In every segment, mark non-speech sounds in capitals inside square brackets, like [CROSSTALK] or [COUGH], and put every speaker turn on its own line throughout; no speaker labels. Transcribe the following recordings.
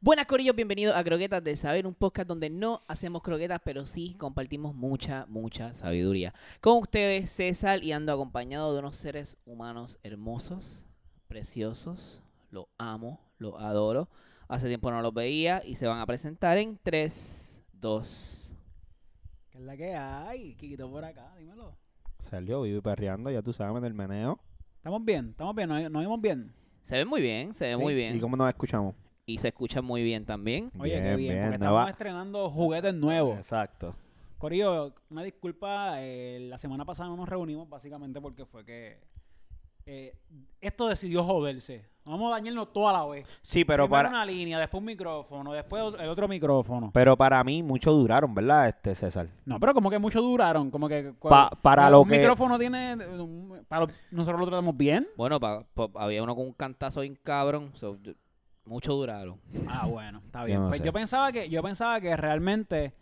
Buenas Corillos, bienvenidos a Croquetas del Saber, un podcast donde no hacemos croquetas, pero sí compartimos mucha, mucha sabiduría. Con ustedes, César, y ando acompañado de unos seres humanos hermosos, preciosos, los amo, los adoro. Hace tiempo no los veía y se van a presentar en 3, 2.
¿Qué es la que hay? Kikito por acá, dímelo.
Salió vivo y perreando, ya tú sabes, en el meneo.
Estamos bien, estamos bien, nos, nos vimos bien.
Se ven muy bien, se ven
Sí,
muy
¿Y
bien.
cómo nos escuchamos?
Y se escuchan muy bien también.
Oye,
Bien,
qué bien,
bien,
porque
no
estamos
va-
estrenando juguetes nuevos.
Exacto.
Corillo, una disculpa, eh, la semana pasada no nos reunimos básicamente porque fue que eh, esto decidió joderse. Vamos a dañarnos toda la vez.
Sí, pero
Primero
para,
una línea, después un micrófono, después el otro micrófono.
pero para mí mucho duraron, ¿verdad, este César?
No, pero como que mucho duraron, como que
Pa- para lo
un
que-
micrófono tiene un- para lo- nosotros lo tratamos bien.
Bueno, pa- pa- había uno con un cantazo bien cabrón, so, yo- mucho duraron.
Ah, bueno, está
Yo
bien. Pues Yo,
no sé.
pensaba que, yo pensaba que realmente,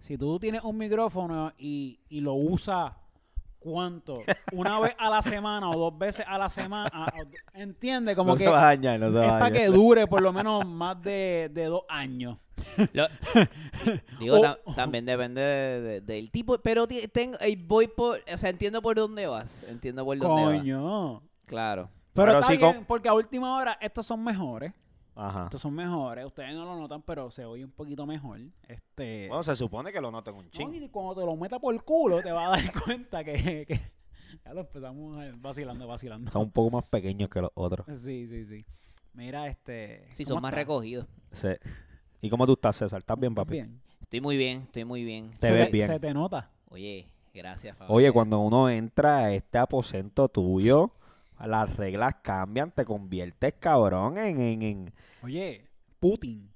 si tú tienes un micrófono y, y lo usas cuánto,
[LAUGHS]
una vez a la semana o dos veces a la semana, a- o- entiende como
no
que
se va a
es
dañar, no se va a
para
dañar.
que dure por lo menos más de, de dos años.
Lo- [LAUGHS] digo,
O-
ta- también depende de- de- del tipo, pero ti- tengo, eh, voy por, o sea, entiendo por dónde vas, entiendo por dónde vas.
Coño.
Claro.
Pero,
Pero
está
sí,
bien,
con-
porque a última hora estos son mejores.
Ajá.
Estos son mejores. Ustedes no lo notan, pero se oye un poquito mejor. Este.
Bueno, se supone que lo noten un
No,
ching.
y cuando te lo meta por el culo, te vas a dar [LAUGHS] cuenta que, que- ya lo empezamos a- vacilando, vacilando.
Son un poco más pequeños que los otros.
Sí, sí, sí. Mira, este.
Sí,
¿cómo
son más
estás?
recogidos.
Sí. ¿Y cómo tú estás, César? ¿Estás bien,
¿Estás
papi?
bien?
Estoy muy bien, estoy muy bien.
Te
Se
ves bien.
Se te nota.
Oye, gracias, Fabián.
Oye, cuando uno entra a este aposento tuyo, las reglas cambian, te conviertes, cabrón, en... en, en...
Oye,
[LAUGHS]
Putin.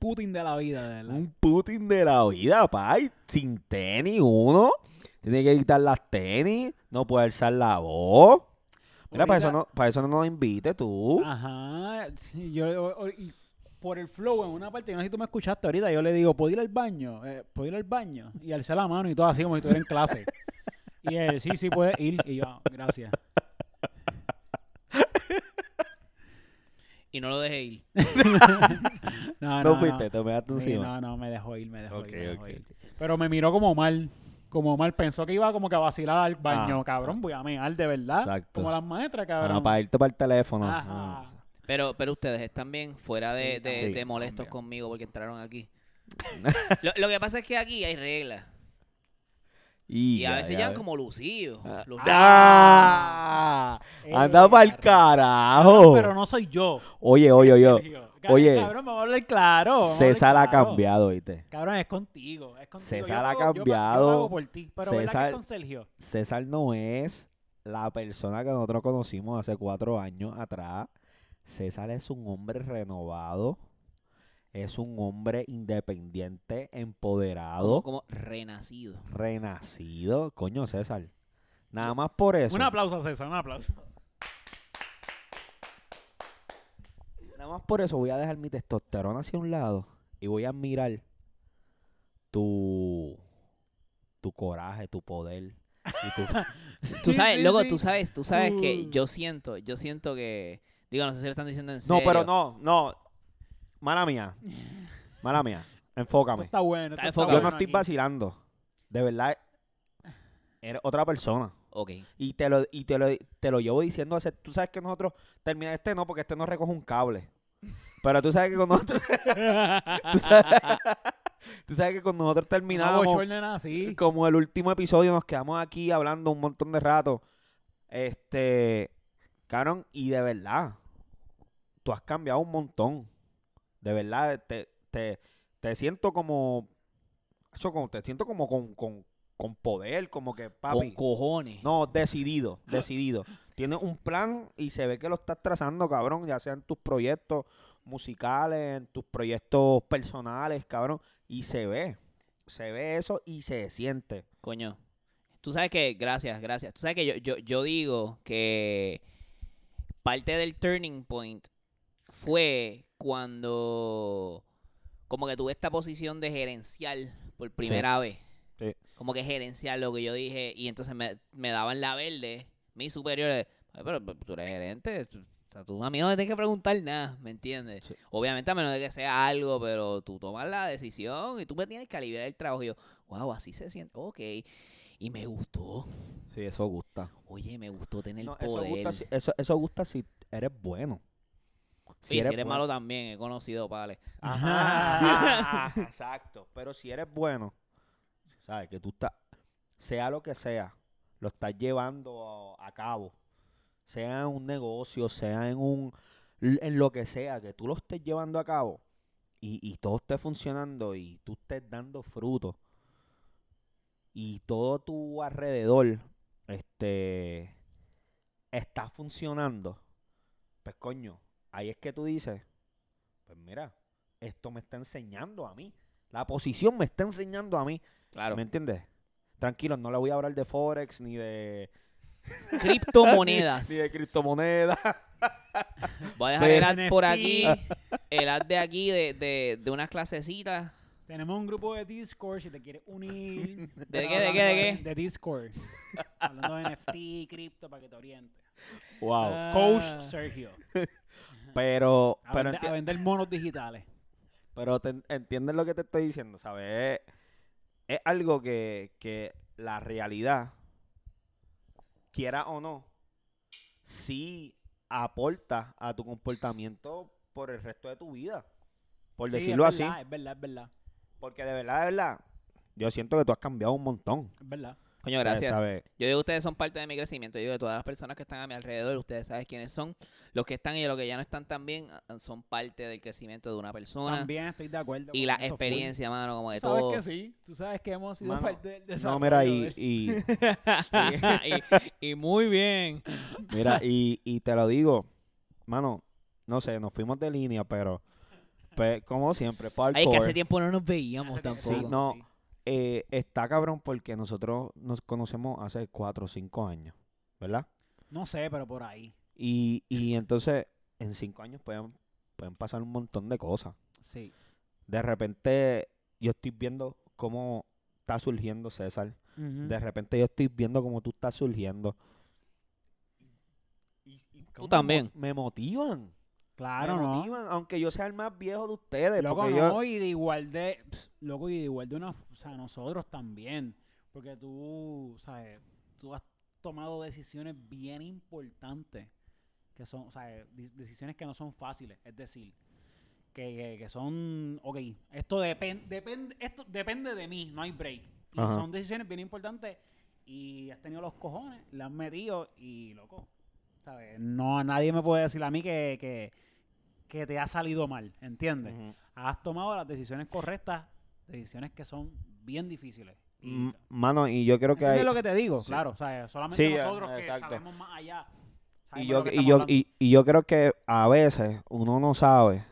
Putin de la vida, de verdad.
Un Putin de la vida, pay. Sin tenis uno. Tiene que quitar las tenis. No puede alzar la voz. Mira, para eso,
Ahorita-
no, para eso no nos invite tú.
Ah, Ajá. sí, yo, o- o- y por el flow, en una parte, yo no sé si tú me escuchaste ahorita, yo le digo, ¿puedo ir al baño? Eh, ¿Puedo ir al baño? Y alcé la mano y todo así como si estuviera en
[LAUGHS]
clase. y él, sí, sí, puedes ir. Y yo, "Ah, gracias.
Y no lo dejé ir.
No,
no,
no,
fuiste,
no.
te me daste
Sí,
encima.
no, no, me dejó ir, me dejó
Ok,
ir. me dejó
ok,
ir. Pero me miró como mal, como mal. Pensó que iba como que a vacilar al baño,
Ah,
cabrón. Voy a mear de verdad.
Exacto.
Como las maestras,
Ah,
cabrón.
para irte para el teléfono.
Ajá.
Ah.
Pero, pero ustedes están bien fuera de,
Sí,
de-
sí,
de molestos
también.
conmigo porque entraron
[LAUGHS]
aquí. lo, lo que pasa es que aquí hay reglas. Y, a
ya,
veces
ya ah,
llegan
ves.
como lucidos. lucidos.
¡Ah!
Eh,
¡Anda para el
No,
carajo!
pero no soy yo.
Oye, oye, oye.
Sergio.
Oye.
Cabrón, vamos a hablar claro. vamos a hablar
César ha
claro.
cambiado, ¿viste?
Cabrón, es contigo. Es contigo.
César
Yo pago-
ha
yo pa- yo
cambiado.
pago por ti, pero ¿verdad que
César-
es con Sergio?
César no es la persona que nosotros conocimos hace cuatro años atrás. César es un hombre renovado. Es un hombre independiente,
Como,
empoderado,
como renacido.
renacido. Coño, César. Nada más por eso.
Un aplauso a César, un aplauso.
Nada más por eso voy a dejar mi testosterona hacia un lado y voy a admirar tu, tu coraje, tu poder y tu
Tú
Sí,
sabes,
sí,
loco,
sí.
tú sabes, tú sabes que
Tú-
yo siento, yo siento que. Digo, no sé si lo están diciendo en
No,
serio.
pero no, no. Mala mía. Mala mía.
Esto
Enfócame.
está
Está
bueno. esto está
enfocado.
Yo
bueno
no estoy
aquí.
vacilando. De verdad, eres otra persona.
Ok.
Y te lo, y te lo, te lo llevo diciendo hace. Tú sabes que nosotros termina este no, porque este no recoge un cable. Pero tú sabes que con nosotros.
[LAUGHS]
tú, sabes, tú sabes que con nosotros
Una
terminamos.
bochornena así.
Como el último episodio, nos quedamos aquí hablando un montón de rato. Este. Cabrón, y de verdad, tú has cambiado un montón. De verdad, te, te, te siento como. Acho, como- te siento como con, con, con poder, como que papi.
Con cojones.
No, decidido, decidido. Tienes un plan y se ve que lo estás trazando, cabrón, ya sea en tus proyectos musicales, en tus proyectos personales, cabrón. Y se ve, se ve eso y se siente.
Coño. Tú sabes que, gracias, gracias. Tú sabes que yo, yo, yo digo que parte del turning point fue cuando como que tuve esta posición de gerencial por primera vez.
Sí.
Como que gerencial lo que yo dije y entonces me, me daban la verde, mis superiores, "Ay, pero, pero tú eres gerente, tú- o sea, sea, tú a mí no me tienes que preguntar nada, ¿me entiendes?
Sí.
Obviamente a menos de que sea algo, pero tú tomas la decisión y tú me tienes que aliviar el trabajo. Y yo, wow, así se siente, ok. Y me gustó,
Sí, eso gusta.
oye, me gustó tener
No, eso,
poder.
gusta si, eso, eso gusta si eres bueno.
Sí, si eres,
bueno.
malo también, he conocido, vale.
Ajá, [LAUGHS] exacto. Pero si eres bueno, sabes que tú estás, sea lo que sea, lo estás llevando a, a cabo. Sea en un negocio, sea en un, en lo que sea, que tú lo estés llevando a cabo y, y todo esté funcionando y tú estés dando fruto y todo tu alrededor, este, está funcionando. Pues coño, ahí es que tú dices, pues mira, esto me está enseñando a mí. La posición me está enseñando a mí.
Claro.
[LAUGHS] ¿Me entiendes? Tranquilo, no le voy a hablar de Forex ni de,
Criptomonedas.
ni
[LAUGHS]
de criptomonedas.
Voy a dejar el
de
ad por aquí,
NFT.
el ad de aquí de, de, de unas clasecitas.
Tenemos un grupo de Discord si te quieres unir.
[LAUGHS] ¿De qué, de qué, de qué?
De Discord. [LAUGHS] Hablando de NFT, cripto, para que te orientes. Ah,
Wow.
Coach Sergio.
Ah. Pero,
A,
pero,
vender,
enti-
a vender monos digitales.
pero te- entiendes lo que te estoy diciendo, ¿sabes? Es, es algo que, que la realidad, quiera o no, sí aporta a tu comportamiento por el resto de tu vida. Por
Sí, es
decirlo así.
verdad, Es verdad, es verdad.
Porque de verdad, de verdad, yo siento que tú has cambiado un montón.
Es verdad.
Coño, gracias.
¿Sabes?
Yo digo, ustedes son parte de mi crecimiento. Yo digo, de todas las personas que están a mi alrededor, ustedes saben quiénes son. Los que están y los que ya no están también ah, son parte del crecimiento de una persona.
También estoy de acuerdo.
Y
con
la
eso, full.
experiencia, mano, como de
Tú sabes
todo. [LAUGHS]
que sí. Tú sabes que hemos sido
Mano,
parte del
No,
desarrollo
mira,
del-
y, y-
y, y muy bien.
mira y, y te lo digo, mano, no sé, nos fuimos de línea, pero pues, como siempre,
Ay, es que hace
parkour,
tiempo no nos
[LAUGHS]
veíamos
Hace
tampoco.
tiempo,
Sí, no. eh, está cabrón porque nosotros nos conocemos hace cuatro o cinco años, ¿verdad?
No sé, pero por ahí.
Y, y entonces, en cinco años pueden, pueden pasar un montón de cosas.
Sí.
De repente, yo estoy viendo cómo está surgiendo César. De repente yo estoy viendo cómo tú estás surgiendo.
Tú también.
Me motivan.
Claro,
me
¿no?
motivan, aunque yo sea el más viejo de ustedes.
Loco,
porque
no,
yo,
y de igual de. pss, Loco, y de igual de una. O sea, nosotros también. Porque tú, ¿sabes? Tú has tomado decisiones bien importantes. Que son, o sea, de- decisiones que no son fáciles. Es decir, que, que- que son. Ok, esto, depen- depende esto depende de mí, no hay break. Y
Ajá.
son decisiones bien importantes. Y has tenido los cojones, le has metido y, loco. ¿Sabes? No, nadie me puede decir a mí que, que, que te ha salido mal, ¿entiendes?
Ujú.
has tomado las decisiones correctas, decisiones que son bien difíciles. Y,
M- Mano, y yo Mm, creo que
¿Entiendes
hay...
lo que te digo?
Sí.
Claro, o sea, solamente
Sí,
nosotros
ah,
que
exacto.
sabemos más allá.
Y
sabemos
yo,
lo que
y,
estamos
yo,
hablando.
y, y yo creo que a veces uno no sabe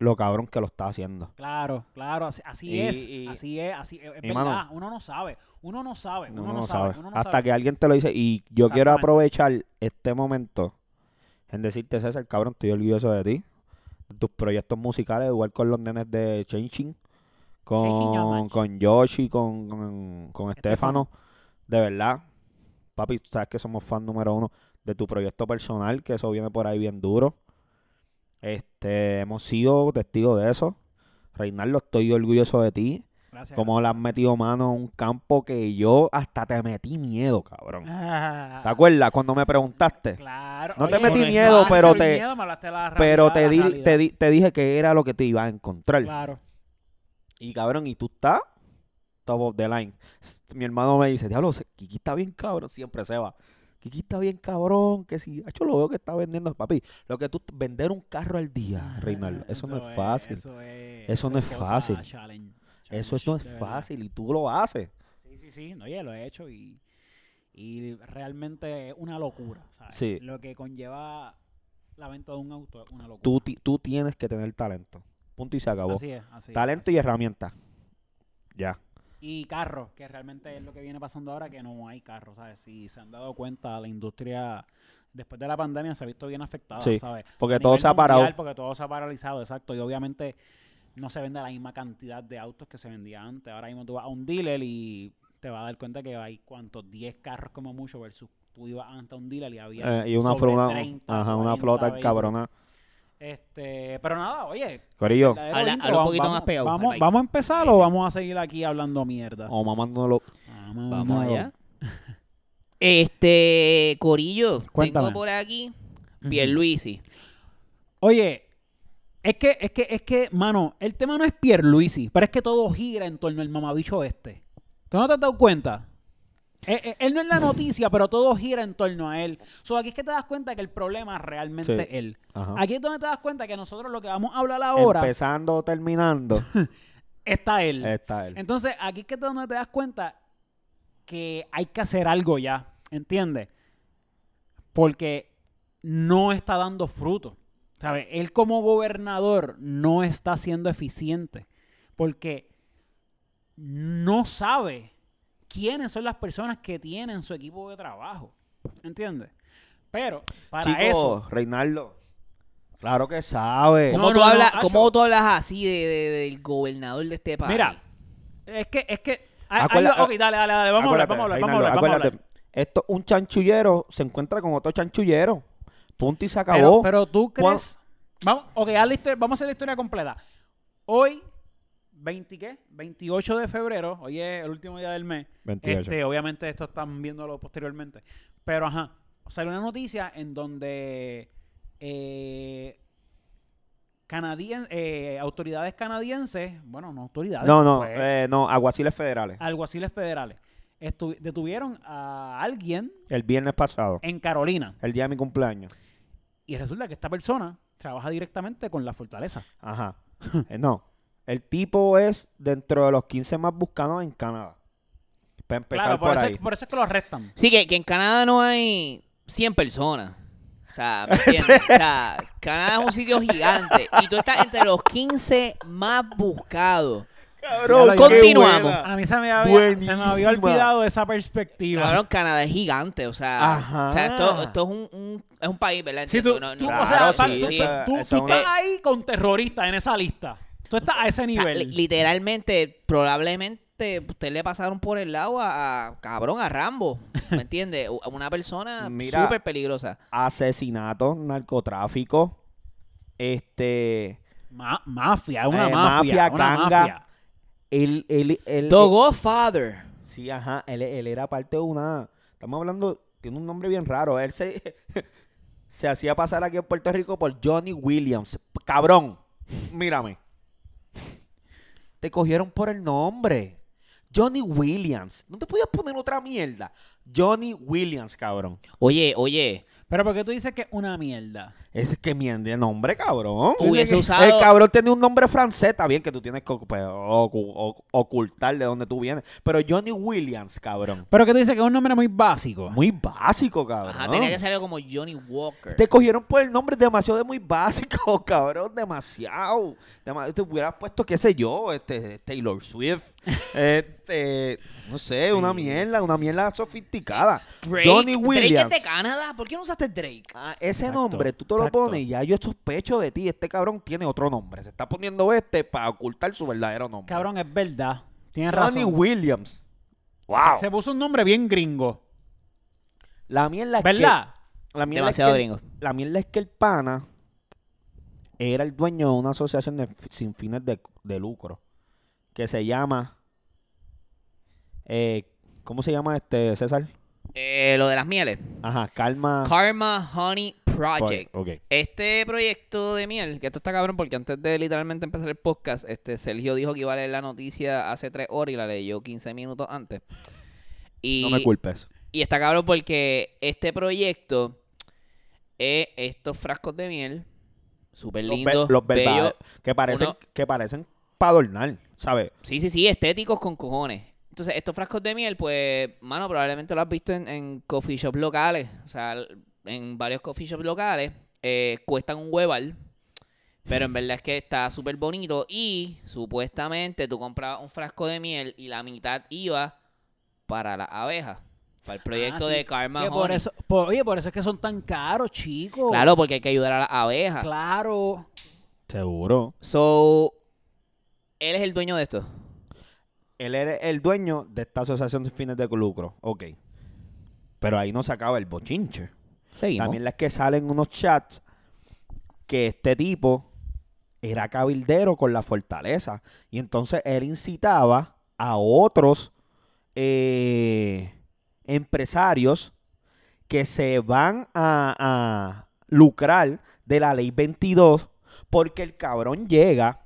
lo cabrón que lo está haciendo.
Claro, claro, así, así
Y-
es,
y-
así es, así es, es
y, mano,
verdad, uno no sabe, uno no sabe, uno, no, sabe, uno no
Hasta
sabe.
que alguien te lo dice. Y yo
Exactamente.
quiero aprovechar este momento en decirte, César, cabrón, estoy orgulloso de ti. de tus proyectos musicales, igual con los nenes de Changing,
Changing Your Este
con,
Mind.
con Yoshi, con, con, con Estefano. De verdad, papi, tú sabes que somos fan número uno de tu proyecto personal, que eso viene por ahí bien duro. Este, hemos sido testigos de eso. Reinaldo, estoy orgulloso de ti.
Gracias, [LAUGHS]
Como le has metido mano a un campo que yo hasta te metí miedo,
gracias.
cabrón.
Ah,
¿Te acuerdas cuando me preguntaste?
Claro.
No
te metí
eso es
miedo,
fácil,
pero te-
miedo, me hablaste de la
Pero
realidad,
te,
la
di-
realidad.
te, di- te dije que era lo que te iba a encontrar.
Claro.
Y cabrón, y tú estás top of the line. S- Mi hermano me dice, diablo, se- Kiki está bien cabrón, siempre se va. Kiki está bien cabrón, que si, yo lo veo que está vendiendo, papi. Lo que tú, vender un carro al día, Reinaldo, eso, no es fácil. Eso,
Ah, Eso, es,
Eso no es
cosa
fácil.
challenge,
es- no es
challenge, de verdad.
fácil y tú lo haces.
Sí, sí, sí, no, oye, lo he hecho y, y realmente es una locura, ¿sabes?
Sí.
Lo que conlleva la venta de un auto es una locura.
Tú, ti- tú tienes que tener talento. Punto y se acabó.
Así es, así es,
talento
así
y
es.
herramientas. Ya.
Y carros, que realmente es lo que viene pasando ahora, que no hay carros, ¿sabes? Si se han dado cuenta, la industria después de la pandemia se ha visto bien afectada,
Sí.
¿sabes?
Porque
a
todo
nivel
se ha parado.
mundial, Porque todo se ha paralizado, exacto. Y obviamente no se vende la misma cantidad de autos que se vendía antes. Ahora mismo tú vas a un dealer y te vas a dar cuenta que hay cuantos 10 carros como mucho versus tú ibas ante un dealer y había
Eh, y una,
pues, sobre
flota,
30,
ajá, una
40
flota
vehículos.
cabrona.
Este, pero nada, oye,
Corillo,
verdadero
Habla-
intro,
habla un
va-
poquito
vamos,
más pegado,
Vamos,
Mike.
vamos a empezar o vamos a seguir aquí hablando mierda.
o mamándolo.
Ah,
Vamos
no.
allá. Este, Corillo,
Cuéntame.
tengo por aquí
Ujú.
Pierluisi.
Oye, es que, es que, es que, mano, el tema no es Pierluisi, pero es que todo gira en torno al mamabicho este. ¿Tú no te has dado cuenta? Eh, eh, él no es la noticia, pero todo gira en torno a él. So, aquí es que te das cuenta que el problema realmente
Sí.
es él.
Ajá.
Aquí es donde te das cuenta que nosotros lo que vamos a hablar ahora
Empezando o
[LAUGHS]
terminando,
está él.
está él.
Entonces, aquí es que es donde te das cuenta que hay que hacer algo ya, ¿entiendes? Porque no está dando fruto. ¿Sabes? Él como gobernador no está siendo eficiente. Porque no sabe quiénes son las personas que tienen su equipo de trabajo. ¿Entiendes? Pero para
Chico,
eso.
Reinaldo, claro que sabe.
¿Cómo,
No, ah,
tú,
no, no,
hablas,
Acho.
¿Cómo tú hablas así de, de- del gobernador de este país?
Mira, es que, es que. ah,
Acuérdate-
hazlo- ok, dale, dale, dale. Vamos a hablar,
Acuérdate,
vamos a hablar, vamos a
Reinaldo,
hablar, vamos a hablar.
acuérdate. Esto, un chanchullero se encuentra con otro chanchullero. Punto y se
Pero-
acabó.
Pero, tú
Cuan-
crees. Vamos, ok, haz la historia- vamos a hacer la historia completa. Hoy, 20, ¿qué? 28 de febrero, hoy es el último día del mes.
28.
Este, obviamente, esto están viéndolo posteriormente. Pero, ajá, salió una noticia en donde eh, canadien- eh, autoridades canadienses, bueno, no autoridades,
no, no,
fue
eh, no, aguaciles federales.
Ah. alguaciles federales, estu- detuvieron a alguien
El viernes pasado,
en Carolina.
el día de mi cumpleaños.
Y resulta que esta persona trabaja directamente con la fortaleza.
[LAUGHS] Ajá. Eh, no, el tipo es dentro de los 15 más buscados en Canadá. Para empezar
Claro, por,
por
eso,
ahí.
Es, por eso es que lo arrestan.
Sí, que, que en Canadá no hay 100 personas. O sea, ¿me entiendes? O sea, Canadá es un sitio gigante. Y tú estás entre los 15 más buscados.
Cabrón,
Ya lo-
qué
Continuamos.
buena.
A mí se me había, se me
Buenísima.
había olvidado esa perspectiva.
Cabrón, Canadá es gigante. O sea,
Ajá.
o sea, esto, esto es, un, un- es un país, ¿verdad?
Sí,
Entiendo,
tú,
no-
tú-
no-
o sea,
Claro,
pa-
sí,
tú,
sí.
tú-
Esa
tú
es una-
estás ahí con terroristas en esa lista. Tú estás a ese
O sea, li-
nivel.
literalmente, probablemente usted le pasaron por el lado a, a- cabrón, a Rambo. ¿Me entiendes? U- A una persona
[LAUGHS] Mira.
súper peligrosa.
Asesinatos, narcotráfico, este,
Ma- mafia, es una
Eh,
mafia.
mafia,
una
ganga.
mafia.
él, él, él,
The Godfather.
Sí, ajá, él, él era parte de una... Estamos hablando, tiene un nombre bien raro. Él se, [LAUGHS] se hacía pasar aquí en Puerto Rico por Johnny Williams. P- Cabrón, mírame. Te cogieron por el nombre. Johnny Williams. No te podías poner otra mierda. Johnny Williams, cabrón.
Oye, oye.
Pero porque tú dices que es una mierda.
Ese es que mierda el nombre, cabrón.
Tú hubiese usado-
El cabrón tiene un nombre francés, está bien que tú tienes que ocu- pues, ocu- ocu- ocultar de dónde tú vienes. Pero Johnny Williams, cabrón.
Pero que tú dices que es un nombre muy básico.
Muy básico, cabrón.
Ajá, tenía que ser algo como Johnny Walker.
Te cogieron por el nombre demasiado de muy básico, [LAUGHS] cabrón, demasiado. Dema- te hubieras puesto, qué sé yo, este, Taylor
[LAUGHS]
Swift. este, no sé, una mierda, una mierda sofisticada.
Drake,
Johnny
Drake es
Williams.
de Canadá. ¿Por qué no usaste Drake?
Ah, ese
Exacto,
nombre, tú te
exacto.
lo pones y ya yo sospecho de ti. Este cabrón tiene otro nombre. Se está poniendo este para ocultar su verdadero nombre.
Cabrón, es verdad. Tienes
Johnny
razón.
Williams. Wow.
Se, se puso un nombre bien gringo.
La mierda es que-
¿Verdad?
La mierda es
Demasiado
que-
gringo.
La mierda es que el pana era el dueño de una asociación de- sin fines de, de lucro que se llama. eh, ¿Cómo se llama este César?
Eh, lo de las mieles.
Ajá, Calma.
Karma Honey Project.
Ok.
Este proyecto de miel, que esto está cabrón porque antes de literalmente empezar el podcast, este Sergio dijo que iba a leer la noticia hace tres horas y la leyó 15 minutos antes. Y,
No me culpes.
y está cabrón porque este proyecto es estos frascos de miel, súper
Los,
lindos,
ve- los
bellos.
verdaderos, Que parecen,
uno-
que parecen para adornar, ¿sabes?
Sí, sí, sí, estéticos con cojones. Entonces, estos frascos de miel, pues, mano, probablemente lo has visto en, en coffee shops locales. O sea, l- en varios coffee shops locales eh, cuestan un hueval. Pero en verdad es que está súper bonito. Y supuestamente tú comprabas un frasco de miel y la mitad iba para las abejas. Para el proyecto
Ah, sí,
de Karma
Que por
Honey.
eso, por- oye, por eso es que son tan caros, chicos.
Claro, porque hay que ayudar a las abejas.
Claro.
Seguro.
So, él es el dueño de esto.
Él era el dueño de esta asociación sin fines de lucro. Ok. Pero ahí no se acaba el bochinche.
Seguimos.
También las que salen unos chats que este tipo era cabildero con la fortaleza. Y entonces él incitaba a otros eh, empresarios que se van a, a lucrar de la ley 22 porque el cabrón llega.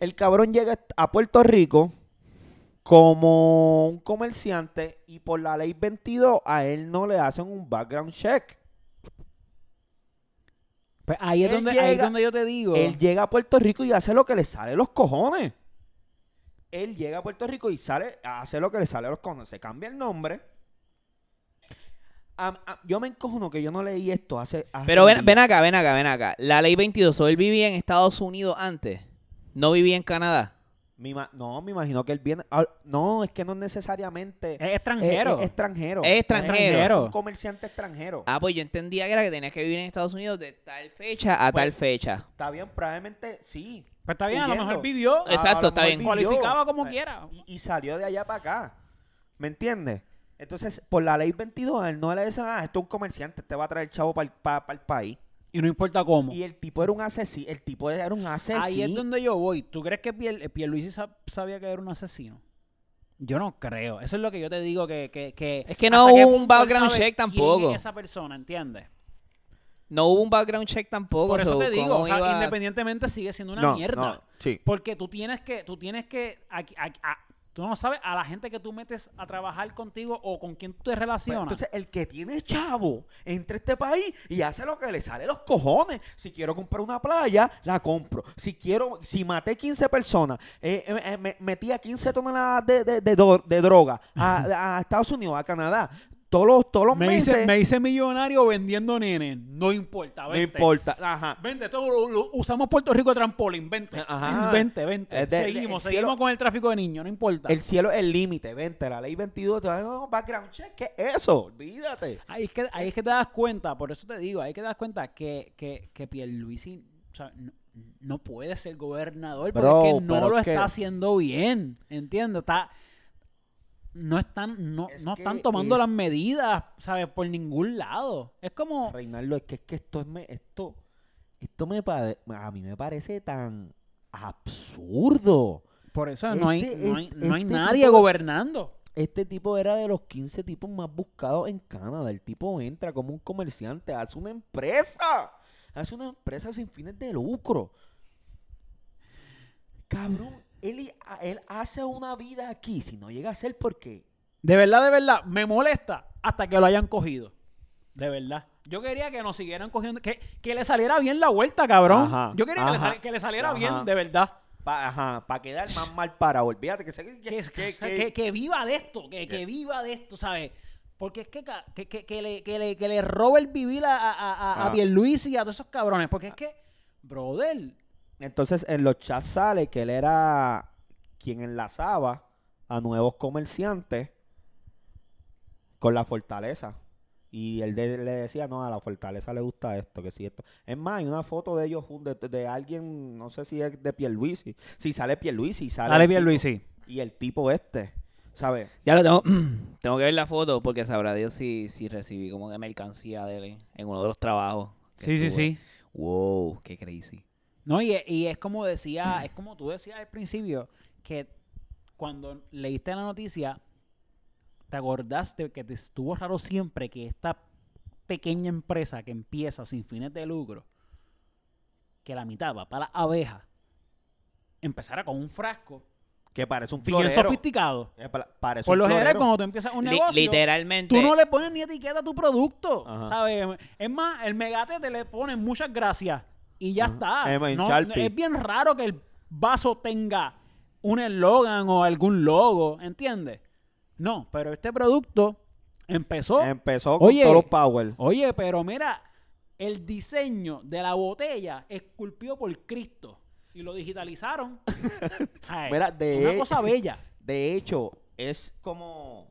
El cabrón llega a Puerto Rico como un comerciante y por la ley 22 a él no le hacen un background check.
Pues ahí es
Él
donde, ahí es
llega-
donde yo te digo.
Él llega a Puerto Rico y hace lo que le sale de los cojones. Él llega a Puerto Rico y sale, hace lo que le sale de los cojones. Se cambia el nombre. Am- am- yo me encojono que yo no leí esto hace. hace
Pero
un
ven,
día.
ven acá, ven acá, ven acá. La ley 22, o él vivía en Estados Unidos antes, no vivía en Canadá.
Me ima- no, me imagino que él viene. ah, no, es que no necesariamente. eh,
es extranjero.
Es, es extranjero.
eh, Es extranjero.
Un comerciante extranjero.
Ah, pues yo entendía que era que tenías que vivir en Estados Unidos de tal fecha a
Pues-
tal fecha.
Está bien, probablemente sí.
Pues está bien, a lo
huyendo.
mejor vivió.
Exacto,
A lo
está
mejor
bien.
vivió.
Cualificaba como
Eh,
quiera.
Y, y salió de allá para acá. ¿Me entiendes? Entonces, por la ley 22, a él no le dicen, ah, esto es un comerciante, te va a traer chavo para el país.
Y no importa cómo.
Y el tipo era un asesino. El tipo era un asesino.
Ahí es donde yo voy. ¿Tú crees que Pier, eh, Pierluisi sa- sabía que era un asesino? Yo no creo. Eso es lo que yo te digo que... que, que
Es que no
hasta qué
hubo un
punto él
background
sabe
check
quién
tampoco.
es esa persona, ¿entiendes?
No hubo un background check tampoco.
Por eso
so,
te digo,
¿cómo
o sea,
iba-
independientemente sigue siendo una
No,
mierda.
no, sí.
Porque tú tienes que... Tú tienes que... aquí- aquí- a- tú no sabes a la gente que tú metes a trabajar contigo o con quien tú te
Pues,
relacionas.
Entonces, el que tiene chavo entra a este país y hace lo que le sale los cojones. Si quiero comprar una playa, la compro. Si quiero, si maté 15 personas, eh, eh, eh, me- metí a 15 toneladas de, de- de do- de droga
[LAUGHS]
a, a Estados Unidos, a Canadá, todos los, todos los
me,
meses.
hice, me hice millonario vendiendo nenes. No importa.
no
vente.
importa. Ajá.
Vente, todo lo- lo- usamos Puerto Rico de trampolín, vente.
Ajá.
Vente, vente.
Es de-
seguimos,
el cielo-
seguimos con el tráfico de niños, no importa.
El cielo es el límite, vente, la ley 22, te va a dar un background check, ¿qué es eso? Olvídate.
Ahí, es que, ahí es que te das cuenta, por eso te digo, ahí es que te das cuenta que, que, que Pierluisi o sea, no, no puede ser gobernador porque
Bro,
es que no
pero
lo
es que-
está haciendo bien, ¿entiendes? Está, no están, no,
Es
no
que
están tomando
es-
las medidas, ¿sabes? Por ningún lado. Es como...
Reinaldo, es que, es que esto es me- esto, esto me pade- a mí me parece tan absurdo.
Por eso no hay,
Este-
no hay,
este-
no hay
este
nadie
tipo de-
gobernando.
Este tipo era de los 15 tipos más buscados en Canadá. El tipo entra como un comerciante, hace una empresa. Hace una empresa sin fines de lucro. Cabrón, él, él hace una vida aquí. Si no llega a ser porque
De verdad, de verdad, me molesta hasta que lo hayan cogido. De verdad. Yo quería que nos siguieran cogiendo, que, que le saliera bien la vuelta, cabrón.
Ajá,
Yo quería que le,
ajá,
sali- que le saliera
ajá.
bien, de verdad.
Pa- ajá, para quedar más mal para. Olvídate que se. que-
Que,
que-
o sea,
que-
que- que viva de esto, que, que viva de esto, ¿sabes? Porque es que, ca- que, que- que le, que, le, que le robe el vivir a, a, a, a
Ah.
Pierluisi y a todos esos cabrones. Porque es que, brother,
Entonces, en los chats sale que él era quien enlazaba a nuevos comerciantes con la fortaleza. Y él de- le decía, no, a la fortaleza le gusta esto, que si esto. Es más, hay una foto de ellos, jun- de, de alguien, no sé si es de Pierluisi. Si sale Pierluisi, sale, el tipo- Y el tipo este, ¿sabes?
Ya lo tengo. [CLEARS THROAT] Tengo que ver la foto porque sabrá Dios si, si recibí como que mercancía de él en- en uno de los trabajos. que tuve. Wow, qué crazy.
No, y, e- y es como decía, es como tú decías al principio, que cuando leíste la noticia, te acordaste que te estuvo raro siempre que esta pequeña empresa que empieza sin fines de lucro, que la mitad va para las abejas, empezara con un frasco
Que parece un
bien
florero.
sofisticado.
Eh, pa- Parece
Por
un
lo general,
florero.
cuando tú empiezas un
Li-
negocio,
literalmente.
tú no le pones ni etiqueta a tu producto.
Ajá.
¿sabes? Es más, el megate te le ponen muchas gracias y ya
Ajá.
está.
Es más, en
No-
Sharpie.
es bien raro que el vaso tenga un eslogan o algún logo, ¿entiendes? No, pero este producto empezó.
Empezó con
Oye.
todos los power.
Oye, pero mira, el diseño de la botella esculpido por Cristo y lo
[LAUGHS]
digitalizaron. Ay,
Mira, de
una
he-
cosa bella.
De hecho, es como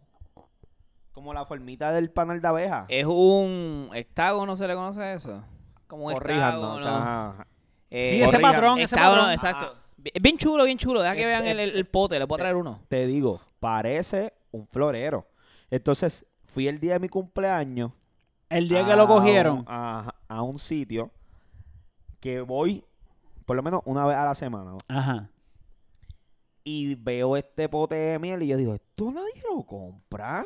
como la formita del panel de abeja.
Es un hexágono, ¿se le conoce eso? Como un hexágono.
Corríjanos, o sea, ajá, ajá.
Eh,
Sí, ese
corríjanos.
patrón, ese
hexágono,
patrón.
exacto. Bien chulo, bien chulo. Deja que
Ah. Este-
vean el, el- el pote, les voy a traer uno.
Te digo, parece un florero. Entonces, fui el día de mi cumpleaños
El día
a
que lo
un-
cogieron.
a, a un sitio que voy por lo menos una vez a la semana. ¿no?
Ajá. [LAUGHS]
Y veo este pote de miel y yo digo, esto nadie lo compra.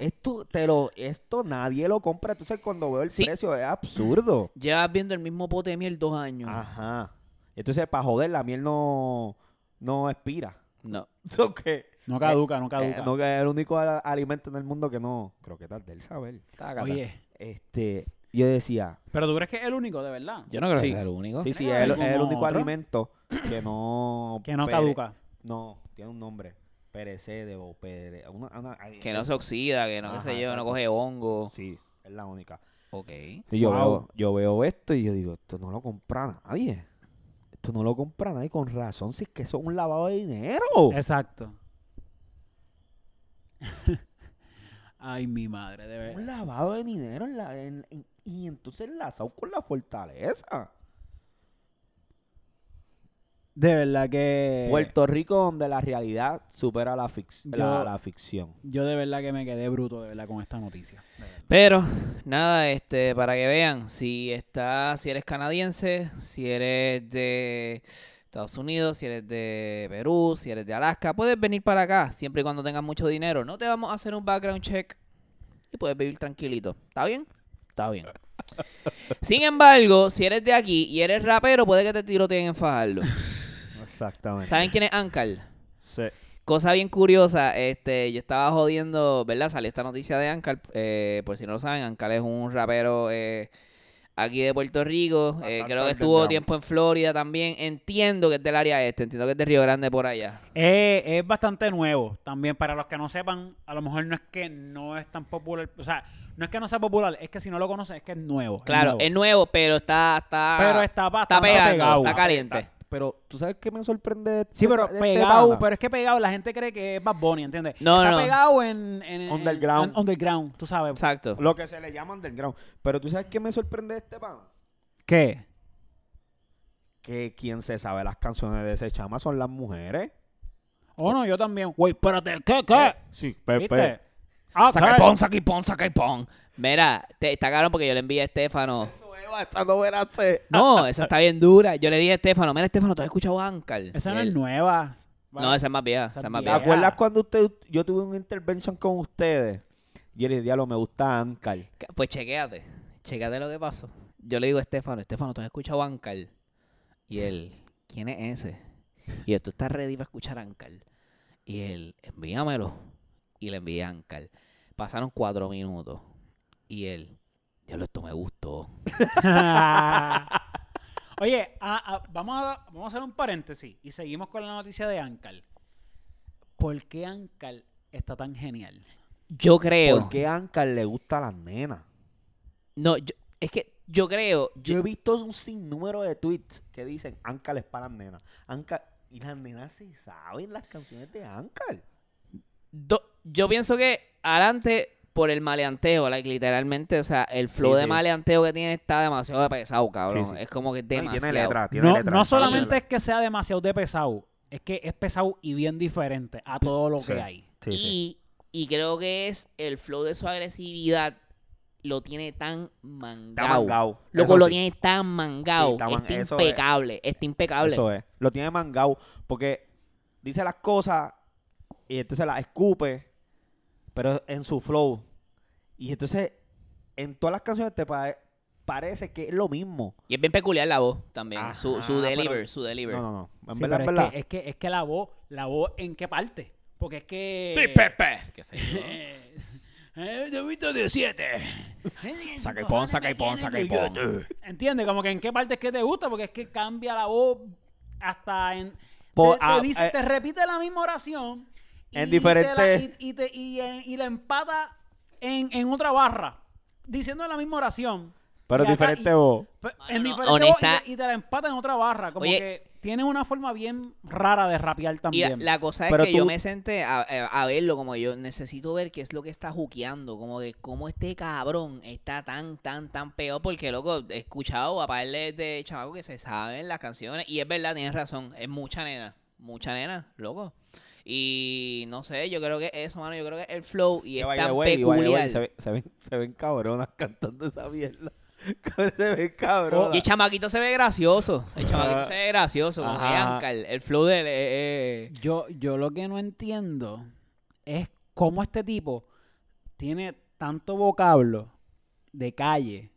Esto, te lo, esto nadie lo compra. Entonces cuando veo el
Sí.
precio es absurdo.
Llevas viendo el mismo pote de miel dos años.
Ah. Ajá. Entonces, para joder, la miel no, no expira. [LAUGHS]
No.
¿So qué?
No caduca, no
Eh,
caduca.
no, que es el único al- alimento en el mundo que no. Creo que tal del saber. Tácata.
Oye,
Este, yo decía,
pero tú crees que es el único, de verdad.
Yo no creo
Sí.
que sea el único.
sí, sí,
que
es
haber
el, es el
como
único
otro.
alimento que no.
[CLEARS THROAT] Que no
pere-
caduca.
No, tiene un nombre. Perecede o pere. una- una- ay,
Que no
es-
se oxida, que no qué
Ajá,
sé yo, no
exacto.
coge hongo.
Sí, es la única.
Ok.
Y yo,
Wow.
veo, yo veo esto y yo digo, esto no lo compra nadie. Esto no lo compra nadie con razón, si es que eso es un lavado de dinero.
Exacto. [LAUGHS] Ay, mi madre, de
Un
verdad.
lavado de dinero en la, en- en- y entonces enlazado con la fortaleza.
De verdad que.
Puerto Rico donde la realidad supera la, fic-
yo-
la, la ficción.
Yo de verdad que me quedé bruto, de verdad, con esta noticia. De verdad.
Pero, nada, este, para que vean, si está, si eres canadiense, si eres de Estados Unidos, si eres de Perú, si eres de Alaska, puedes venir para acá, siempre y cuando tengas mucho dinero. No te vamos a hacer un background check y puedes vivir tranquilito. ¿Está bien? Está bien. Sin embargo, si eres de aquí y eres rapero, puede que te tiroteen en Fajardo.
Exactamente.
¿Saben quién es Ankal?
Sí.
Cosa bien curiosa, este, yo estaba jodiendo, ¿verdad? Salió esta noticia de Ankal, eh, por si no lo saben, Ankal es un rapero eh, aquí de Puerto Rico, eh,
Bastante
creo que estuvo
underground.
tiempo en Florida también, entiendo que es del área este, entiendo que es de Río Grande por allá.
Eh, es bastante nuevo también. Para los que no sepan, a lo mejor no es que no es tan popular. O sea, no es que no sea popular, es que si no lo conocen, es que es nuevo. es
Claro,
nuevo.
es nuevo, pero está, está,
Pero está
está
bastante
pegando,
pegado.
está caliente.
Pero, ¿tú sabes qué me sorprende? de
Sí,
este-
pero
de este
pegado,
pana?
pero es que pegado, la gente cree que es Bad Bunny, ¿entiendes?
No,
está
no, no.
pegado en, en- en-
Underground.
en underground, tú sabes.
Exacto.
Lo que se le llama underground. Pero, ¿tú sabes qué me sorprende de este pan?
¿Qué?
Que quien se sabe las canciones de ese chama son las mujeres.
Oh, no, yo también. Güey, espérate, ¿qué, qué?
Sí,
¿Viste?
Pepe.
Ah,
Saca y
claro.
pon, saca y pon, saca y pon. Mira, te, está caro porque yo le envié a Estefano.
Nueva, esta novela se-
No, esa está bien dura. Yo le dije a Estefano, mira Estefano, ¿tú has escuchado a Ankal?
Esa
Y
no es
él,
nueva.
Eh. No, esa es más vieja,
Esa
esa,
es
es más
¿Te
vieja.
vieja.
acuerdas cuando usted, yo tuve una intervention con ustedes? Y el diablo me gusta Ankar.
Ca- Pues chequéate, chequéate lo que pasó. Yo le digo a Estefano, Estefano, ¿tú has escuchado a Ankar? Y él, ¿quién es ese? Y yo, ¿tú estás ready para escuchar a Ankar? Y él, envíamelo. Y le envié a Ankar. Pasaron cuatro minutos. Y él, diablo, esto me gustó.
[LAUGHS] Oye, a- a- vamos, a, vamos a hacer un paréntesis y seguimos con la noticia de Ankal. ¿Por qué Ankal está tan genial?
Yo creo...
¿Por qué a Ankar le gusta a las nenas?
No, yo- es que yo creo...
Yo
Yo,
he visto un sinnúmero de tweets que dicen Ankar es para las nenas. Ankar... Y las nenas se saben las canciones de Ankar.
do- yo pienso que adelante por el maleanteo, like, literalmente, o sea, el flow
Sí,
de
sí.
maleanteo que tiene está demasiado pesado, cabrón.
sí.
Es como que
No, y
demasiado.
Tiene letra, tiene
No,
letra.
no
Ankar tiene
solamente
letra.
es que sea demasiado de pesado, es que es pesado y bien diferente a todo lo
Sí.
que hay.
Sí, sí.
Y, y creo que es el flow de su agresividad lo tiene tan
Está
mangado.
mangao.
Loco,
Eso
lo
sí.
tiene tan mangado.
Sí, está man-
está,
eso es.
impecable, está impecable.
Eso es. Lo tiene mangao. Porque dice las cosas y entonces las escupe, pero en su flow. Y entonces, en todas las canciones te pa- parece que es lo mismo.
Y es bien peculiar la voz también.
Ajá,
su, su deliver,
Ah, pero-
su deliver. [LAUGHS]
No, no, no. En
Sí,
verdad, en
pero
verdad.
es, que, es, que, es que la voz, la voz en qué parte. Porque es que...
Qué sé yo.
[LAUGHS] Eh, yo he visto 17.
[LAUGHS] Saca y pon, saca y pon, saca y pon.
Entiende, como que en qué parte es que te gusta, porque es que cambia la voz hasta en.
Por-
te, te
ah,
dice-
eh,
te repite la misma oración.
en
te la-
diferentes-
y, y te- y en- y la empata en, en otra barra, diciendo la misma oración.
pero
Y acá-
diferente
y-
voz.
pe-
Mano,
En
no,
Pues, diferente voz
honesta-
y, te, y te la empata en otra barra. Como
Oye.
que tiene una forma bien rara de rapear
Y la-
también.
la cosa es
Pero
que yo
tú-
me senté a, eh, a- a verlo, como yo necesito ver qué es lo que está juqueando, como que cómo este cabrón está tan, tan, tan peor, porque loco, he escuchado a par de, de chamacos que se saben las canciones, y es verdad, tienes razón, es mucha nena, mucha nena, loco. Y no sé, yo creo que eso, mano, yo creo que el flow y
Que
es
by the
tan
way, y by the
peculiar.
way, se, ve- se ven, se ven cabronas cantando esa mierda. [LAUGHS] se ven
Y
cabronas.
el chamaquito se ve gracioso. El chamaquito
Ajá.
se ve gracioso. Como que
Ah. Ajá.
anca, el, el flow de él es- es-
Yo, yo lo que no entiendo es cómo este tipo tiene tanto vocablo de calle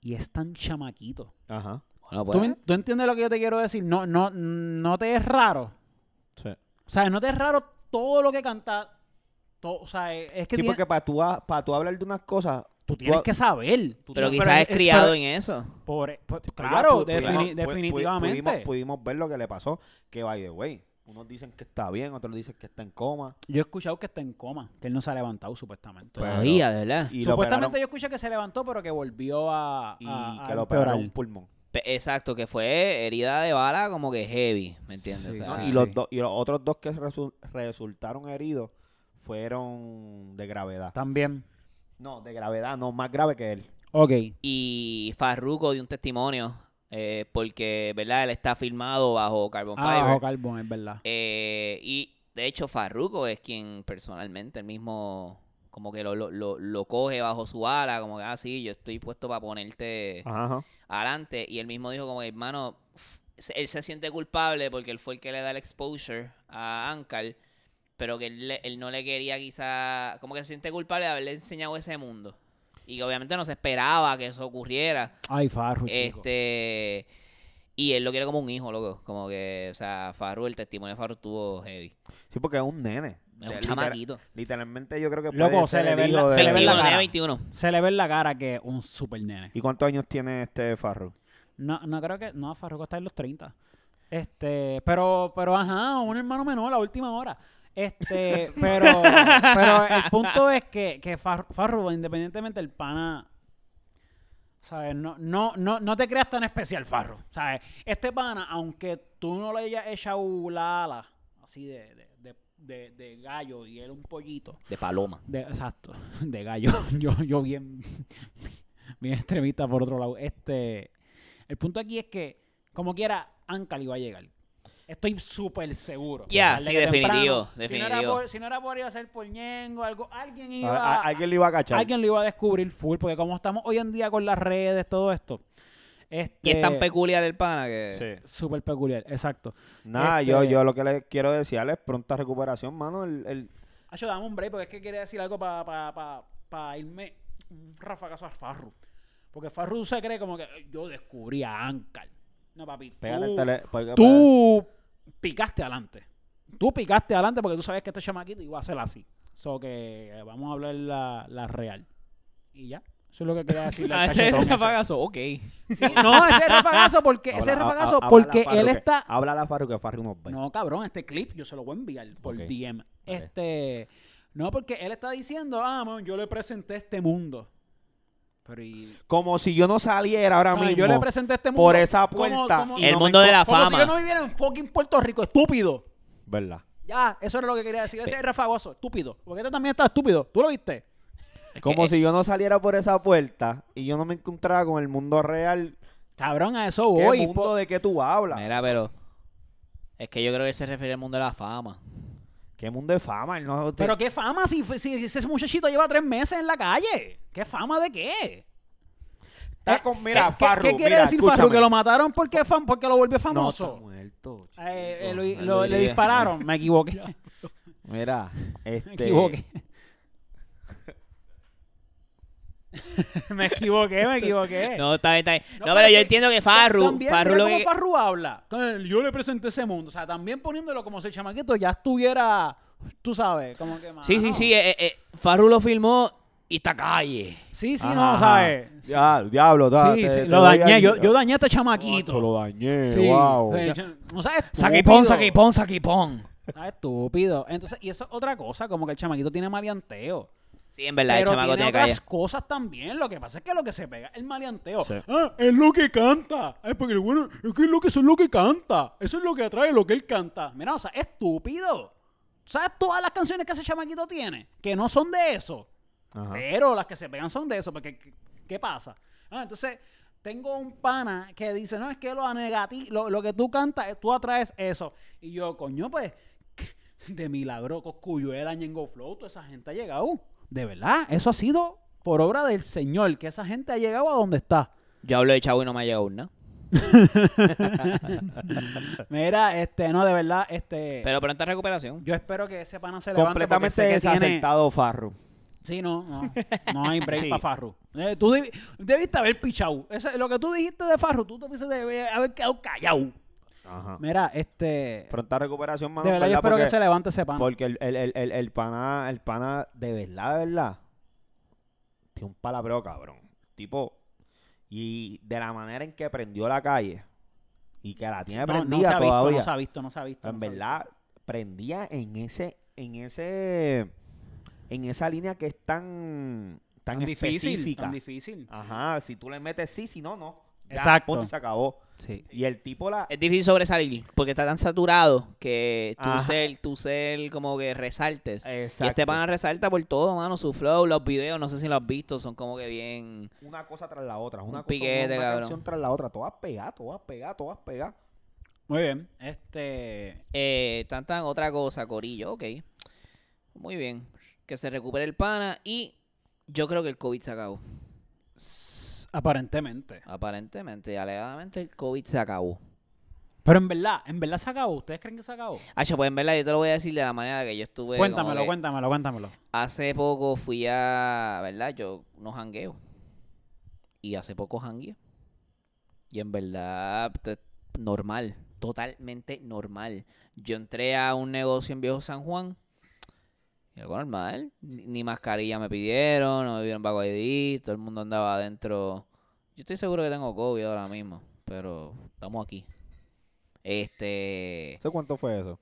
y es tan chamaquito.
Ajá.
Bueno,
¿Tú,
pues,
en- tú entiendes lo que yo te quiero decir? No, no, no te es raro. O sea, no te es raro todo lo que canta. to- o sea, es es que
Sí,
tiene-
porque para tú, ha- pa' tú hablar de unas cosas.
tú tienes que saber.
pero
Tú-
quizás
es-
es criado
pero-
en eso.
por- por-
Oiga,
claro,
pu-
defini-
pudimos- pu- pu-
definitivamente.
Pudimos, pudimos ver lo que le pasó. Que by the way, unos dicen que está bien, otros dicen que está en coma.
Yo he escuchado que está en coma, que él no se ha levantado supuestamente.
Pero-
Todavía, de verdad.
Y lo
Supuestamente
operaron
yo escuché que se levantó, pero que volvió a.
y
a-
que
a
lo operaron un
empeorar.
pulmón.
Pe- Exacto, que fue herida de bala como que heavy, ¿me entiendes?
Sí,
O sea,
¿no?
Ah,
y,
sí.
los dos- y los otros dos que resu- resultaron heridos fueron de gravedad.
También.
No, de gravedad, no, más grave que él.
Ok.
y Farruko dio un testimonio eh, porque, ¿verdad? Él está filmado bajo Carbon
Ah,
Fiber.
bajo carbón, es verdad.
Eh, y de hecho Farruko es quien personalmente el mismo como que lo, lo, lo, lo coge bajo su ala, como que, ah, sí, yo estoy puesto para ponerte
Ajá.
adelante. Y él mismo dijo como que, hermano, f- se- él se siente culpable porque él fue el que le da el exposure a Ankar, pero que él, le- él no le quería quizá, como que se siente culpable de haberle enseñado ese mundo. Y que obviamente no se esperaba que eso ocurriera.
Ay, Farru, chico.
Este. Y él lo quiere como un hijo, loco. Como que, o sea, Farru, el testimonio de Farru estuvo heavy.
Sí, porque es un nene.
Es un
Literal-
chamaquito.
Literalmente yo creo que
Loco,
puede
se
ser
le
el
ve la-
hijo de-
se le ve la
21,
cara.
tiene 21.
Se le ve en la cara que es un super nene.
¿Y cuántos años tiene este Farru?
No, no creo que. No, Farruko está en los 30. Este, pero, pero ajá, un hermano menor a última hora. Este, pero, pero el punto es que, que Far- Farruko, independientemente el pana. ¿Sabes? No, no, no, no te creas tan especial, Farro. ¿Sabes? Este pana, aunque tú no le hayas echado la ala así de, de, de- de- de gallo y él un pollito.
De Paloma.
De, exacto, [LAUGHS] de gallo. Yo, yo bien, [LAUGHS] bien extremista por otro lado. Este, el punto aquí es que, como quiera, Ankali va a llegar. Estoy súper seguro.
Ya,
Tarde
sí,
que temprano.
definitivo,
Si no era
definitivo.
por, si no era por ir a hacer por Ñengo, algo, alguien iba
A- a- alguien le iba a cachar.
alguien lo iba a descubrir full, porque como estamos hoy en día con las redes, todo esto. Este,
Y es tan peculiar el pana que.
Sí.
Súper peculiar, exacto.
Nada, yo,
Este-
yo lo que le quiero decir es pronta recuperación, mano. El, el-
Acho, dame un break porque es que quería decir algo para pa, pa, pa irme un rafagazo a Farru. Porque Farru se cree como que "Ay, yo descubrí a Ankar. No, papi.
pégale el
tú,
tele- pega-
tú picaste adelante. Tú picaste adelante porque tú sabes que este chamaquito iba a ser así. So que eh, vamos a hablar la, la real. Y ya. Eso es lo que quería decirle. al
[LAUGHS] Ah, ese es
cachetón
el
ese.
rafagazo, ok.
Sí, no, ese rafagazo porque,
Habla-
ese
ha- ha-
rafagazo
habla
porque
la
él
Farru que-
está.
Habla la Farru que Farru nos ve.
No, cabrón, este clip yo se lo voy a enviar por
Pues Ok.
DM. Este. No, porque él está diciendo, ah, man, yo le presenté este mundo. Pero y.
Como si yo no saliera ahora
Ah,
mismo.
yo le presenté este mundo.
por esa
Como-
puerta
como-
y
El
no me
mundo de la
como
fama.
si yo no viviera en fucking Puerto Rico, estúpido.
¿Verdad?
Ya, eso era lo que quería decir. Ese es rafagoso, estúpido. Porque este también está estúpido. ¿Tú lo viste?
Es
Como
que-
si yo no saliera por esa puerta y yo no me encontrara con el mundo real.
Cabrón, a eso
¿Qué
voy.
mundo
po-
de qué tú hablas?
Mira, pero. Es que yo creo que él se refiere al mundo de la fama.
¿Qué mundo de fama? Él no-
Pero qué fama si, si- si ese muchachito lleva tres meses en la calle. ¿Qué fama de qué?
Está
Eh,
con- mira,
¿Qué-
Farru,
¿Qué, quiere
mira,
decir
escúchame.
Farru? ¿Que lo mataron porque, es fan- porque lo volvió
No,
famoso?
está muerto. chico.
Eh, eh, lo- lo-
No lo
le
digas.
dispararon, me equivoqué.
[LAUGHS]
Mira,
Me
este.
equivoqué. [LAUGHS] me equivoqué, me equivoqué.
No, está bien, está bien. Eh, No, pero
No, pero
yo
que-
entiendo que Farru.
También,
Farru
mira
lo
cómo
que.
Farru habla. Con el, Yo le presenté ese mundo. O sea, también poniéndolo como si el chamaquito ya estuviera, tú sabes, como que
Sí, sí,
mano.
sí. eh, eh, eh, Farru lo filmó y está calle.
Sí, sí,
Ajá,
no, ¿sabes?
ajá. Ya, diablo, ta-
Sí,
te-
sí,
te
lo
doy
dañé.
ahí.
Yo, yo dañé a este chamaquito.
Macho, lo dañé,
Sí.
wow.
Eh, yo- O sea, estúpido.
Saquipón, saquipón, saquipón.
Ah, estúpido. Entonces, y eso es otra cosa, como que el chamaquito tiene maleanteo.
Sí, en verdad,
pero
el chamaco tiene
tiene otras
calle.
cosas también. Lo que pasa es que lo que se pega es el maleanteo.
Sí.
Ah, es lo que canta. Ay, porque bueno, es que es lo que eso es lo que canta. Eso es lo que atrae lo que él canta. Mira, o sea, estúpido. ¿Sabes todas las canciones que ese chamaquito tiene? Que no son de eso.
Ajá.
Pero las que se pegan son de eso, porque ¿qué, qué pasa? Ah, entonces, tengo un pana que dice, no, es que lo negativo, lo, lo que tú cantas, eh, tú atraes eso. Y yo, coño, pues, [LAUGHS] de Milagro, Coscuyuela, Ñengo Flow, toda esa gente ha llegado. De verdad, eso ha sido por obra del Señor, que esa gente ha llegado a donde
[LAUGHS]
está.
Yo hablo de Chavo y no me ha llegado una.
Mira, este, no, de verdad, este.
Pero pronta recuperación.
yo espero que ese pana se levante. porque
Completamente
sé que tiene-
desacertado, Farru.
Sí, no, no. No hay break
[LAUGHS] Sí.
para Farru. Eh, tú debi- debiste haber pichado. Ese- lo que tú dijiste de Farru, tú te piensas de haber quedado callado.
Ajá.
Mira, este.
Pronta recuperación, mano.
de verdad, yo espero
porque,
que se levante ese pana.
porque el, el, el, el, el pana, el pana, de verdad, de verdad, tiene un palabreo, cabrón. Tipo, y de la manera en que prendió la calle y que la tiene
No, no, se
prendida
ha visto,
todavía.
no se ha visto, no se ha visto.
en
no se ha visto.
verdad, prendía en ese, en ese, en esa línea que es tan, tan,
Tan difícil.
específica.
Tan difícil.
Ajá, si tú le metes sí, si no, no. Ya,
Exacto.
punto, se acabó.
Sí.
Y el tipo la...
Es difícil sobresalir porque está tan saturado que tu
Ajá.
ser, tu ser como que resaltes.
Exacto.
Y este pana resalta por todo, mano, su flow, los videos, no sé si lo has visto, son como que bien...
Una cosa tras la otra. Una, cosa,
piquete,
una
cabrón.
canción tras la otra. Todas pegadas, todas pegadas, todas pegadas.
Muy bien. Este.
Eh, tan tan otra cosa, Corillo, ok. Muy bien. Que se recupere el pana y yo creo que el COVID se acabó.
s- Aparentemente.
Aparentemente, y alegadamente el COVID se acabó.
Pero en verdad, en verdad se acabó. ¿Ustedes creen que se acabó?
Ah, ya, pues en verdad yo te lo voy a decir de la manera que yo estuve... como
cuéntamelo,
que [LAUGHS]
cuéntamelo, cuéntamelo.
Hace poco fui a... ¿Verdad? Yo no jangueo. Y hace poco jangueé. Y en verdad, te- normal. Totalmente normal. Yo entré a un negocio en Viejo San Juan. Y algo normal. Ni ni mascarilla me pidieron, no me dieron vago ID, todo el mundo andaba adentro. Yo estoy seguro que tengo COVID ahora mismo, pero estamos aquí. Este.
¿Sé cuánto fue eso?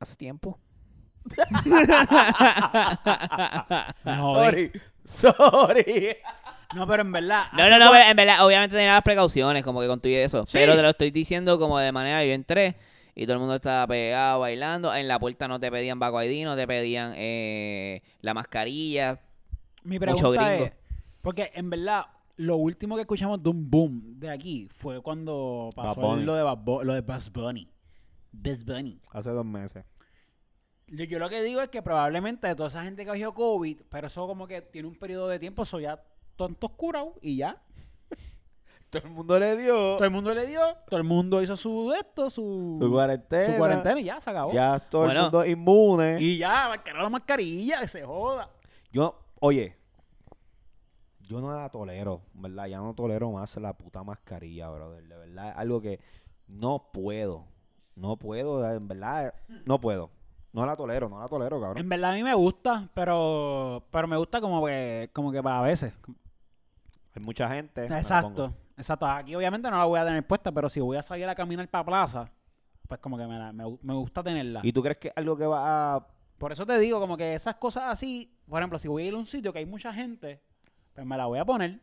Hace tiempo. [LAUGHS]
Me jodí.
Sorry. [LAUGHS] Sorry.
No, pero en verdad.
No,
hace
no, no,
cua-
en verdad, obviamente tenía las precauciones, como que con tu y eso. Pero te lo estoy diciendo como de manera, yo entré y todo el mundo estaba pegado, bailando. En la puerta no te pedían Baco ID, no te pedían eh, la mascarilla.
Mi pregunta
Mucho gringo.
es, porque en verdad, lo último que escuchamos de un boom de aquí fue cuando
Bad
pasó
Bunny.
lo de, Bad Bu- lo de Buzz Bunny. Buzz Bunny.
Hace dos meses.
Yo, yo lo que digo es que probablemente de toda esa gente que cogió COVID, pero eso como que tiene un periodo de tiempo, eso ya tontos curados y ya.
Todo el mundo le dio
Todo el mundo le dio, todo el mundo hizo su de esto, su,
su cuarentena.
su cuarentena y ya se acabó.
Ya todo
Bueno.
el mundo inmune.
Y ya, al carajo la mascarilla, que se joda.
Yo, oye, yo no la tolero, ¿verdad? Ya no tolero más la puta mascarilla, brother. De verdad, es algo que no puedo. No puedo, en verdad, no puedo. No la tolero, no la tolero, cabrón.
En verdad a mí me gusta, pero, pero me gusta como que, como que para a veces.
Hay mucha gente. Pues, me la
Exacto,
pongo.
exacto. Aquí obviamente no la voy a tener puesta, pero si voy a salir a caminar para plaza, pues como que me, la- me, gu- me gusta tenerla.
¿Y tú crees que es algo que va a...?
Por eso te digo, como que esas cosas así, por ejemplo, si voy a ir a un sitio que hay mucha gente, pues me la voy a poner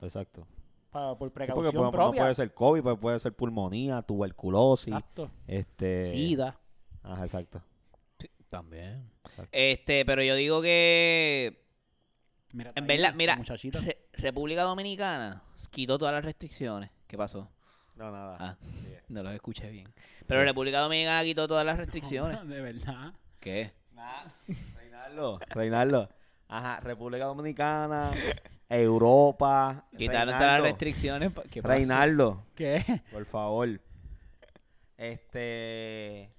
Exacto.
pa- por
Sí,
precaución
porque puede- no
propia.
puede ser COVID, pues puede ser pulmonía, tuberculosis,
Exacto.
este...
Sida.
Ajá, exacto.
También. Este, pero yo digo que
Mira,
En
está ahí,
verdad, mira, [LAUGHS]
Muchachita.
Re- República Dominicana quitó todas las restricciones. ¿Qué pasó?
No, nada.
Ah, no los escuché bien. Pero República Dominicana quitó todas las
[LAUGHS]
restricciones.
De verdad.
¿Qué?
Reinaldo, Reinaldo. Ajá, República Dominicana, Europa.
Quitaron todas las
Reinaldo.
restricciones. pa- ¿Qué pasó?
Reinaldo,
¿Qué? [LAUGHS]
por favor. Este.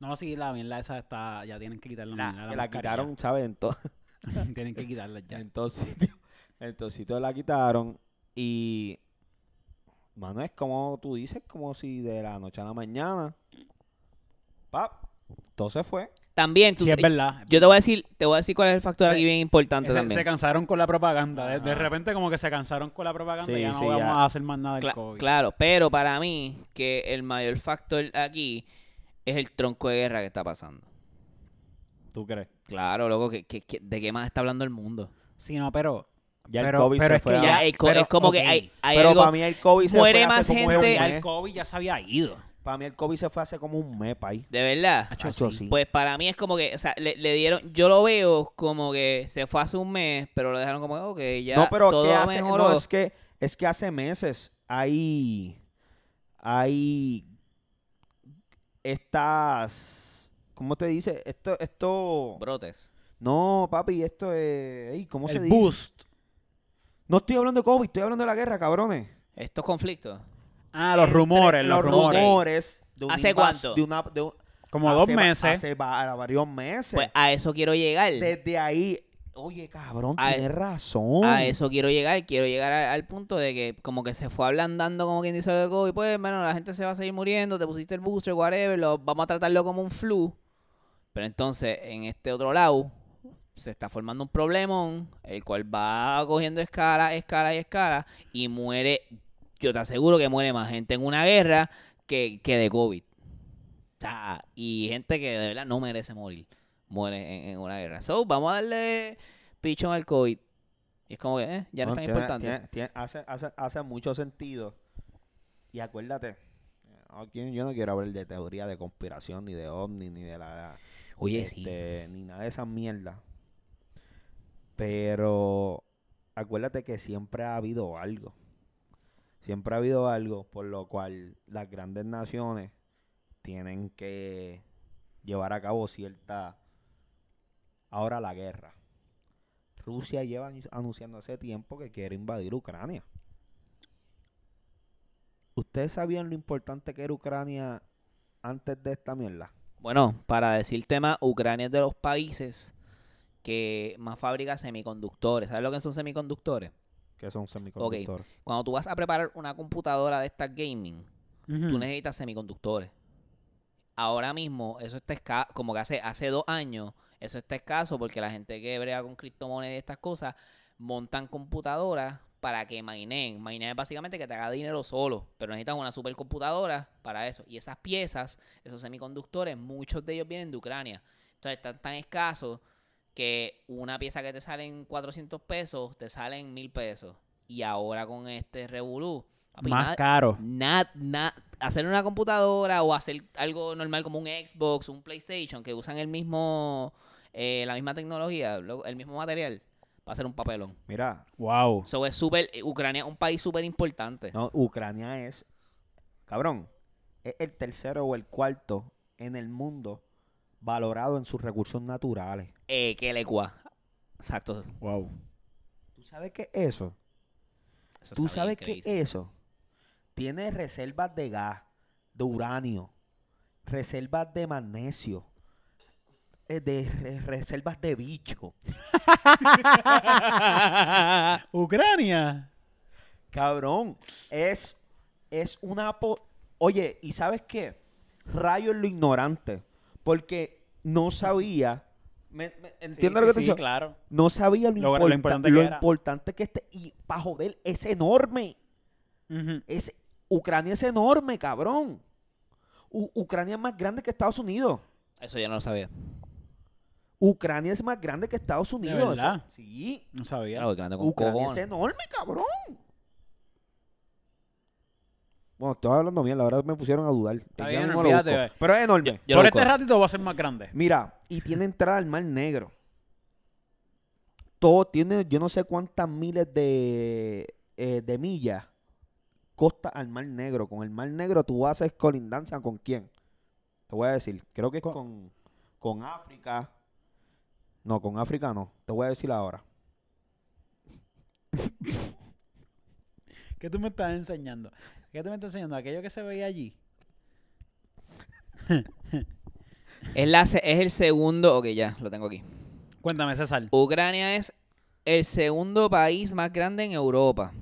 No, sí, la mierda esa está, ya tienen que quitarla.
La,
mierda,
que la
mascarilla.
quitaron, ¿sabes? En, to-
[LAUGHS] tienen que quitarla ya.
[LAUGHS] en todos sitios. En todos sitios la quitaron. Y. Mano, es como tú dices, como si de la noche a la mañana. Pap, todo se fue.
También, tú-
Sí, es verdad.
yo te voy a decir, te voy a decir cuál es el factor
Sí.
aquí bien importante
Se- se,
también.
cansaron con la propaganda. De, de
Ajá.
repente como que se cansaron con la propaganda
Sí,
y ya no
sí,
vamos
ya.
a hacer más nada del
Cla-
COVID.
Claro, pero para mí que el mayor factor aquí es el tronco de guerra que está pasando.
¿Tú crees?
Claro, loco, que, que- que- ¿de qué más está hablando el mundo?
Sí, no, pero...
Ya
pero,
el COVID
pero
se
es
fue.
que
a-
ya
Ah,
es, co-
pero,
es como
ok.
que hay, hay
pero
algo...
para mí el COVID se fue.
muere
hace
más
como un
gente-
Ya
mes.
el COVID ya se había ido.
Para mí el COVID se fue hace como un mes, país.
De verdad.
Acho,
Acho,
sí.
sí.
Pues para mí es como que, o sea, le, le dieron, yo lo veo como que se fue hace un mes, pero lo dejaron como que, ok, ya
no, pero
todo
que hace, no,
mejoró.
es que es que hace meses hay hay estas. ¿Cómo te dice? Esto, esto.
Brotes.
No, papi, esto es. ey, ¿Cómo se
el
dice?
boost.
No estoy hablando de COVID, estoy hablando de la guerra, cabrones.
Estos conflictos.
Ah, los rumores,
Entre
los, rumores.
de un
¿Hace
invas-
cuánto?
de una- de un-
Como
hace
dos
va-
meses.
Hace va- varios meses.
Pues a eso quiero llegar.
Desde ahí, oye, cabrón,
A-
tienes razón.
A eso quiero llegar. Quiero llegar a- al punto de que como que se fue ablandando como quien dice lo de COVID. Pues, bueno, la gente se va a seguir muriendo. Te pusiste el booster, whatever. Lo, vamos a tratarlo como un flu. Pero entonces, en este otro lado, se está formando un problemón, el cual va cogiendo escala, escala y escala. Y muere, yo te aseguro que muere más gente en una guerra que, que de COVID. O sea, y gente que de verdad no merece morir. Muere en, en una guerra. So, vamos a darle pichón al COVID. Y es como que, eh, ya no,
No,
es tan
tiene-
importante.
tiene- tiene- hace, hace- hace mucho sentido. Y acuérdate, eh, aquí yo no quiero hablar de teoría de conspiración, ni de ovni, ni de la...
Oye, sí.
este, Ni nada de esas mierdas. Pero acuérdate que siempre ha habido algo. Siempre ha habido algo por lo cual las grandes naciones tienen que llevar a cabo cierta... Ahora la guerra. Rusia lleva anu- anunciando hace tiempo que quiere invadir Ucrania. ¿Ustedes sabían lo importante que era Ucrania antes de esta mierda?
Bueno, para decir tema, Ucrania es de los países que más fabrica semiconductores. ¿Sabes lo que son semiconductores?
Que son semiconductores.
Cuando tú vas a preparar una computadora de estas gaming,
Ujú.
tú necesitas semiconductores. Ahora mismo, eso está escaso, como que hace, hace dos años, eso está escaso porque la gente que brega con criptomonedas y estas cosas montan computadoras para que mainen. Mainen es básicamente que te haga dinero solo, pero necesitas una supercomputadora para eso. Y esas piezas, esos semiconductores, muchos de ellos vienen de Ucrania. Entonces están tan escasos que una pieza que te sale en 400 pesos, te sale en 1000 pesos. Y ahora con este revolú, papi,
Más
nada-
caro.
na- na- hacer una computadora o hacer algo normal como un Xbox, un PlayStation, que usan el mismo, eh, la misma tecnología, lo- el mismo material, va a ser un papelón.
Mira,
Wow.
So, es súper, eh, Ucrania es un país súper importante.
no, Ucrania es, cabrón, es el tercero o el cuarto en el mundo valorado en sus recursos naturales.
Eh, que le cua. Exacto.
[LAUGHS]
Wow.
¿Tú sabes qué es eso?
Eso
¿Tú
está
sabes
bien
qué
crazy.
es eso? Tiene reservas de gas, de uranio, reservas de magnesio, eh, de re- reservas de bicho.
Ucrania.
Cabrón, es, es una... po- Oye, ¿y sabes qué? Rayo en lo ignorante, porque no sabía... Me, me- ¿Entiendes lo que te digo?
claro.
No sabía lo,
Lo gra- lo
importa-
importante
lo
que era.
importante que este... Y para joder, es enorme.
Ujú.
Es, Ucrania es enorme, cabrón. U- Ucrania es más grande que Estados Unidos.
Eso yo no lo sabía.
Ucrania es más grande que Estados Unidos. Eso-
verdad?
sí.
No
Mira,
sabía.
Ucrania con
Ucrania es
cojones.
enorme, cabrón. Bueno, estoy hablando bien, la verdad me pusieron a dudar. Ya
bien,
mismo lo
olvídate,
busco.
ve.
pero es enorme.
Yo
Por
lo
este
busco.
ratito va a ser más grande.
Mira, y tiene entrada al Mar Negro. Todo tiene, yo no sé cuántas miles de, eh, de millas costa al Mar Negro. Con el Mar Negro tú haces colindancia con quién. Te voy a decir, creo que es
Con-
con, con África. No, con África no. Te voy a decir ahora.
¿Qué tú me estás enseñando? ¿Qué tú me estás enseñando? Aquello que se veía allí.
Es, la se- es el segundo. Ok, ya, lo tengo aquí.
Cuéntame, César.
Ucrania es el segundo país más grande en Europa,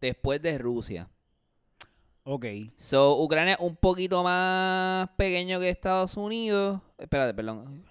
después de Rusia.
Ok.
So, Ucrania es un poquito más pequeño que Estados Unidos. Espérate, perdón.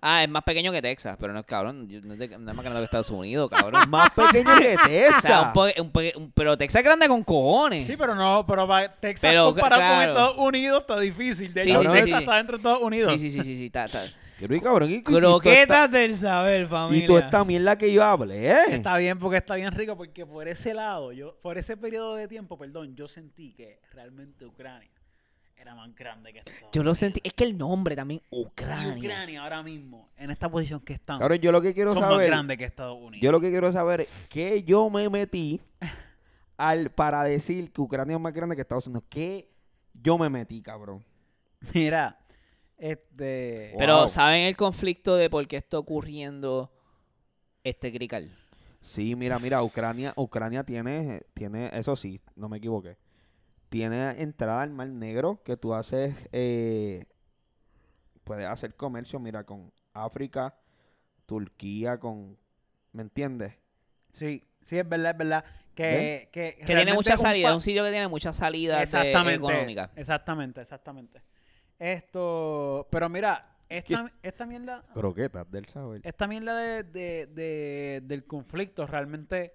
Ah, es más pequeño que Texas, pero no es cabrón. yo- No es, de- no es más grande que Estados Unidos,
[LAUGHS]
cabrón.
Más pequeño
[LAUGHS]
que
O sea,
Texas.
un po- un po- un- pero Texas es grande con cojones.
Sí, pero no, pero va- Texas
Pero,
comparado
claro.
con Estados Unidos está difícil. De
Sí,
hecho,
sí, sí,
Texas
sí.
está dentro de Estados Unidos.
sí, sí, sí, sí, sí, está-
[LAUGHS]
está.
Quiero ir, cabrón, y- y- y tú esta-
Croquetas del saber, familia.
Y tú esta mierda que yo hablé. ¿eh?
Está bien, porque está bien rico, porque por ese lado, yo, por ese periodo de tiempo, perdón, yo sentí que realmente Ucrania era más grande que Estados
Yo lo
Unidos.
sentí. Es que el nombre también,
Y
Ucrania.
Ucrania ahora mismo, en esta posición que están,
Cabrón, yo lo que quiero
son más
saber.
grandes que Estados Unidos.
Yo lo que quiero saber es que yo me metí al, para decir que Ucrania es más grande que Estados Unidos. ¿Qué yo me metí, cabrón?
Mira, este.
Pero
Wow.
¿saben el conflicto de por qué está ocurriendo este crical?
Sí, mira, mira, Ucrania, Ucrania tiene, tiene, eso sí, no me equivoqué. Tiene entrada al Mar Negro que tú haces, eh, puedes hacer comercio, mira, con África, Turquía, con, ¿me entiendes?
Sí, sí, es verdad, es verdad. Que,
¿Ven?
que,
Que tiene mucha salida,
salida
es un sitio que tiene mucha salida
Exactamente.
eh, económica.
Exactamente, exactamente. Esto, pero mira, esta, esta mierda,
Croquetas del saber.
esta mierda de, de- de- del conflicto realmente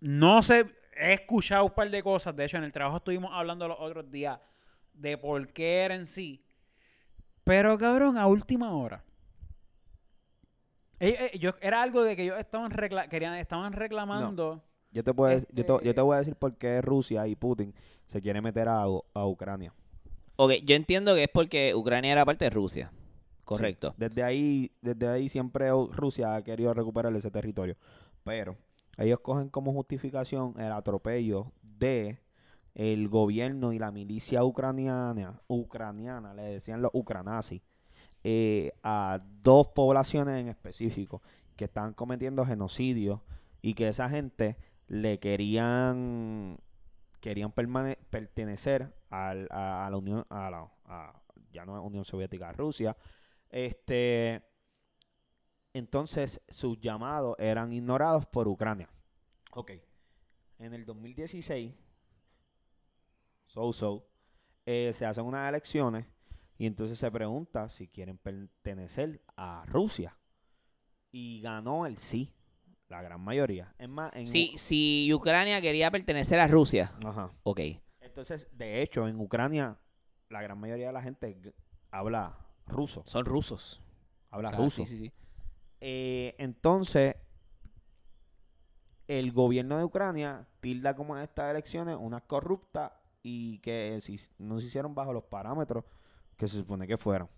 no sé, he escuchado un par de cosas, de hecho en el trabajo estuvimos hablando los otros días de por qué era en sí, pero cabrón, a última hora. Eh, eh, yo, era algo de que ellos estaban, recla- querían, estaban reclamando...
Yo te, puedo, yo, te, yo
Este-
te voy a decir por qué Rusia y Putin se quieren meter a, U- a Ucrania.
Ok, yo entiendo que es porque Ucrania era parte de Rusia. Correcto.
Sí, Desde ahí, desde ahí siempre U- Rusia ha querido recuperar ese territorio. Pero ellos cogen como justificación el atropello de el gobierno y la milicia ucraniana, ucraniana, le decían los ucranazis, eh, a dos poblaciones en específico que estaban cometiendo genocidio y que esa gente le querían querían permane- pertenecer al- a, a la Unión, a la, a- ya no es Unión Soviética, a Rusia. Este, entonces, sus llamados eran ignorados por Ucrania. Ok. En el 2016, so, so, eh, se hacen unas elecciones y entonces se pregunta si quieren pertenecer a Rusia. Y ganó el sí, la gran mayoría. Es más, en...
Si, si Ucrania quería pertenecer a Rusia,
Ajá.
ok.
Entonces, de hecho, en Ucrania, la gran mayoría de la gente g- habla ruso.
Son rusos.
Habla
O sea,
ruso.
sí, sí, sí.
Eh, entonces, el gobierno de Ucrania tilda como estas elecciones unas corruptas y que si s- no se hicieron bajo los parámetros que se supone que fueron.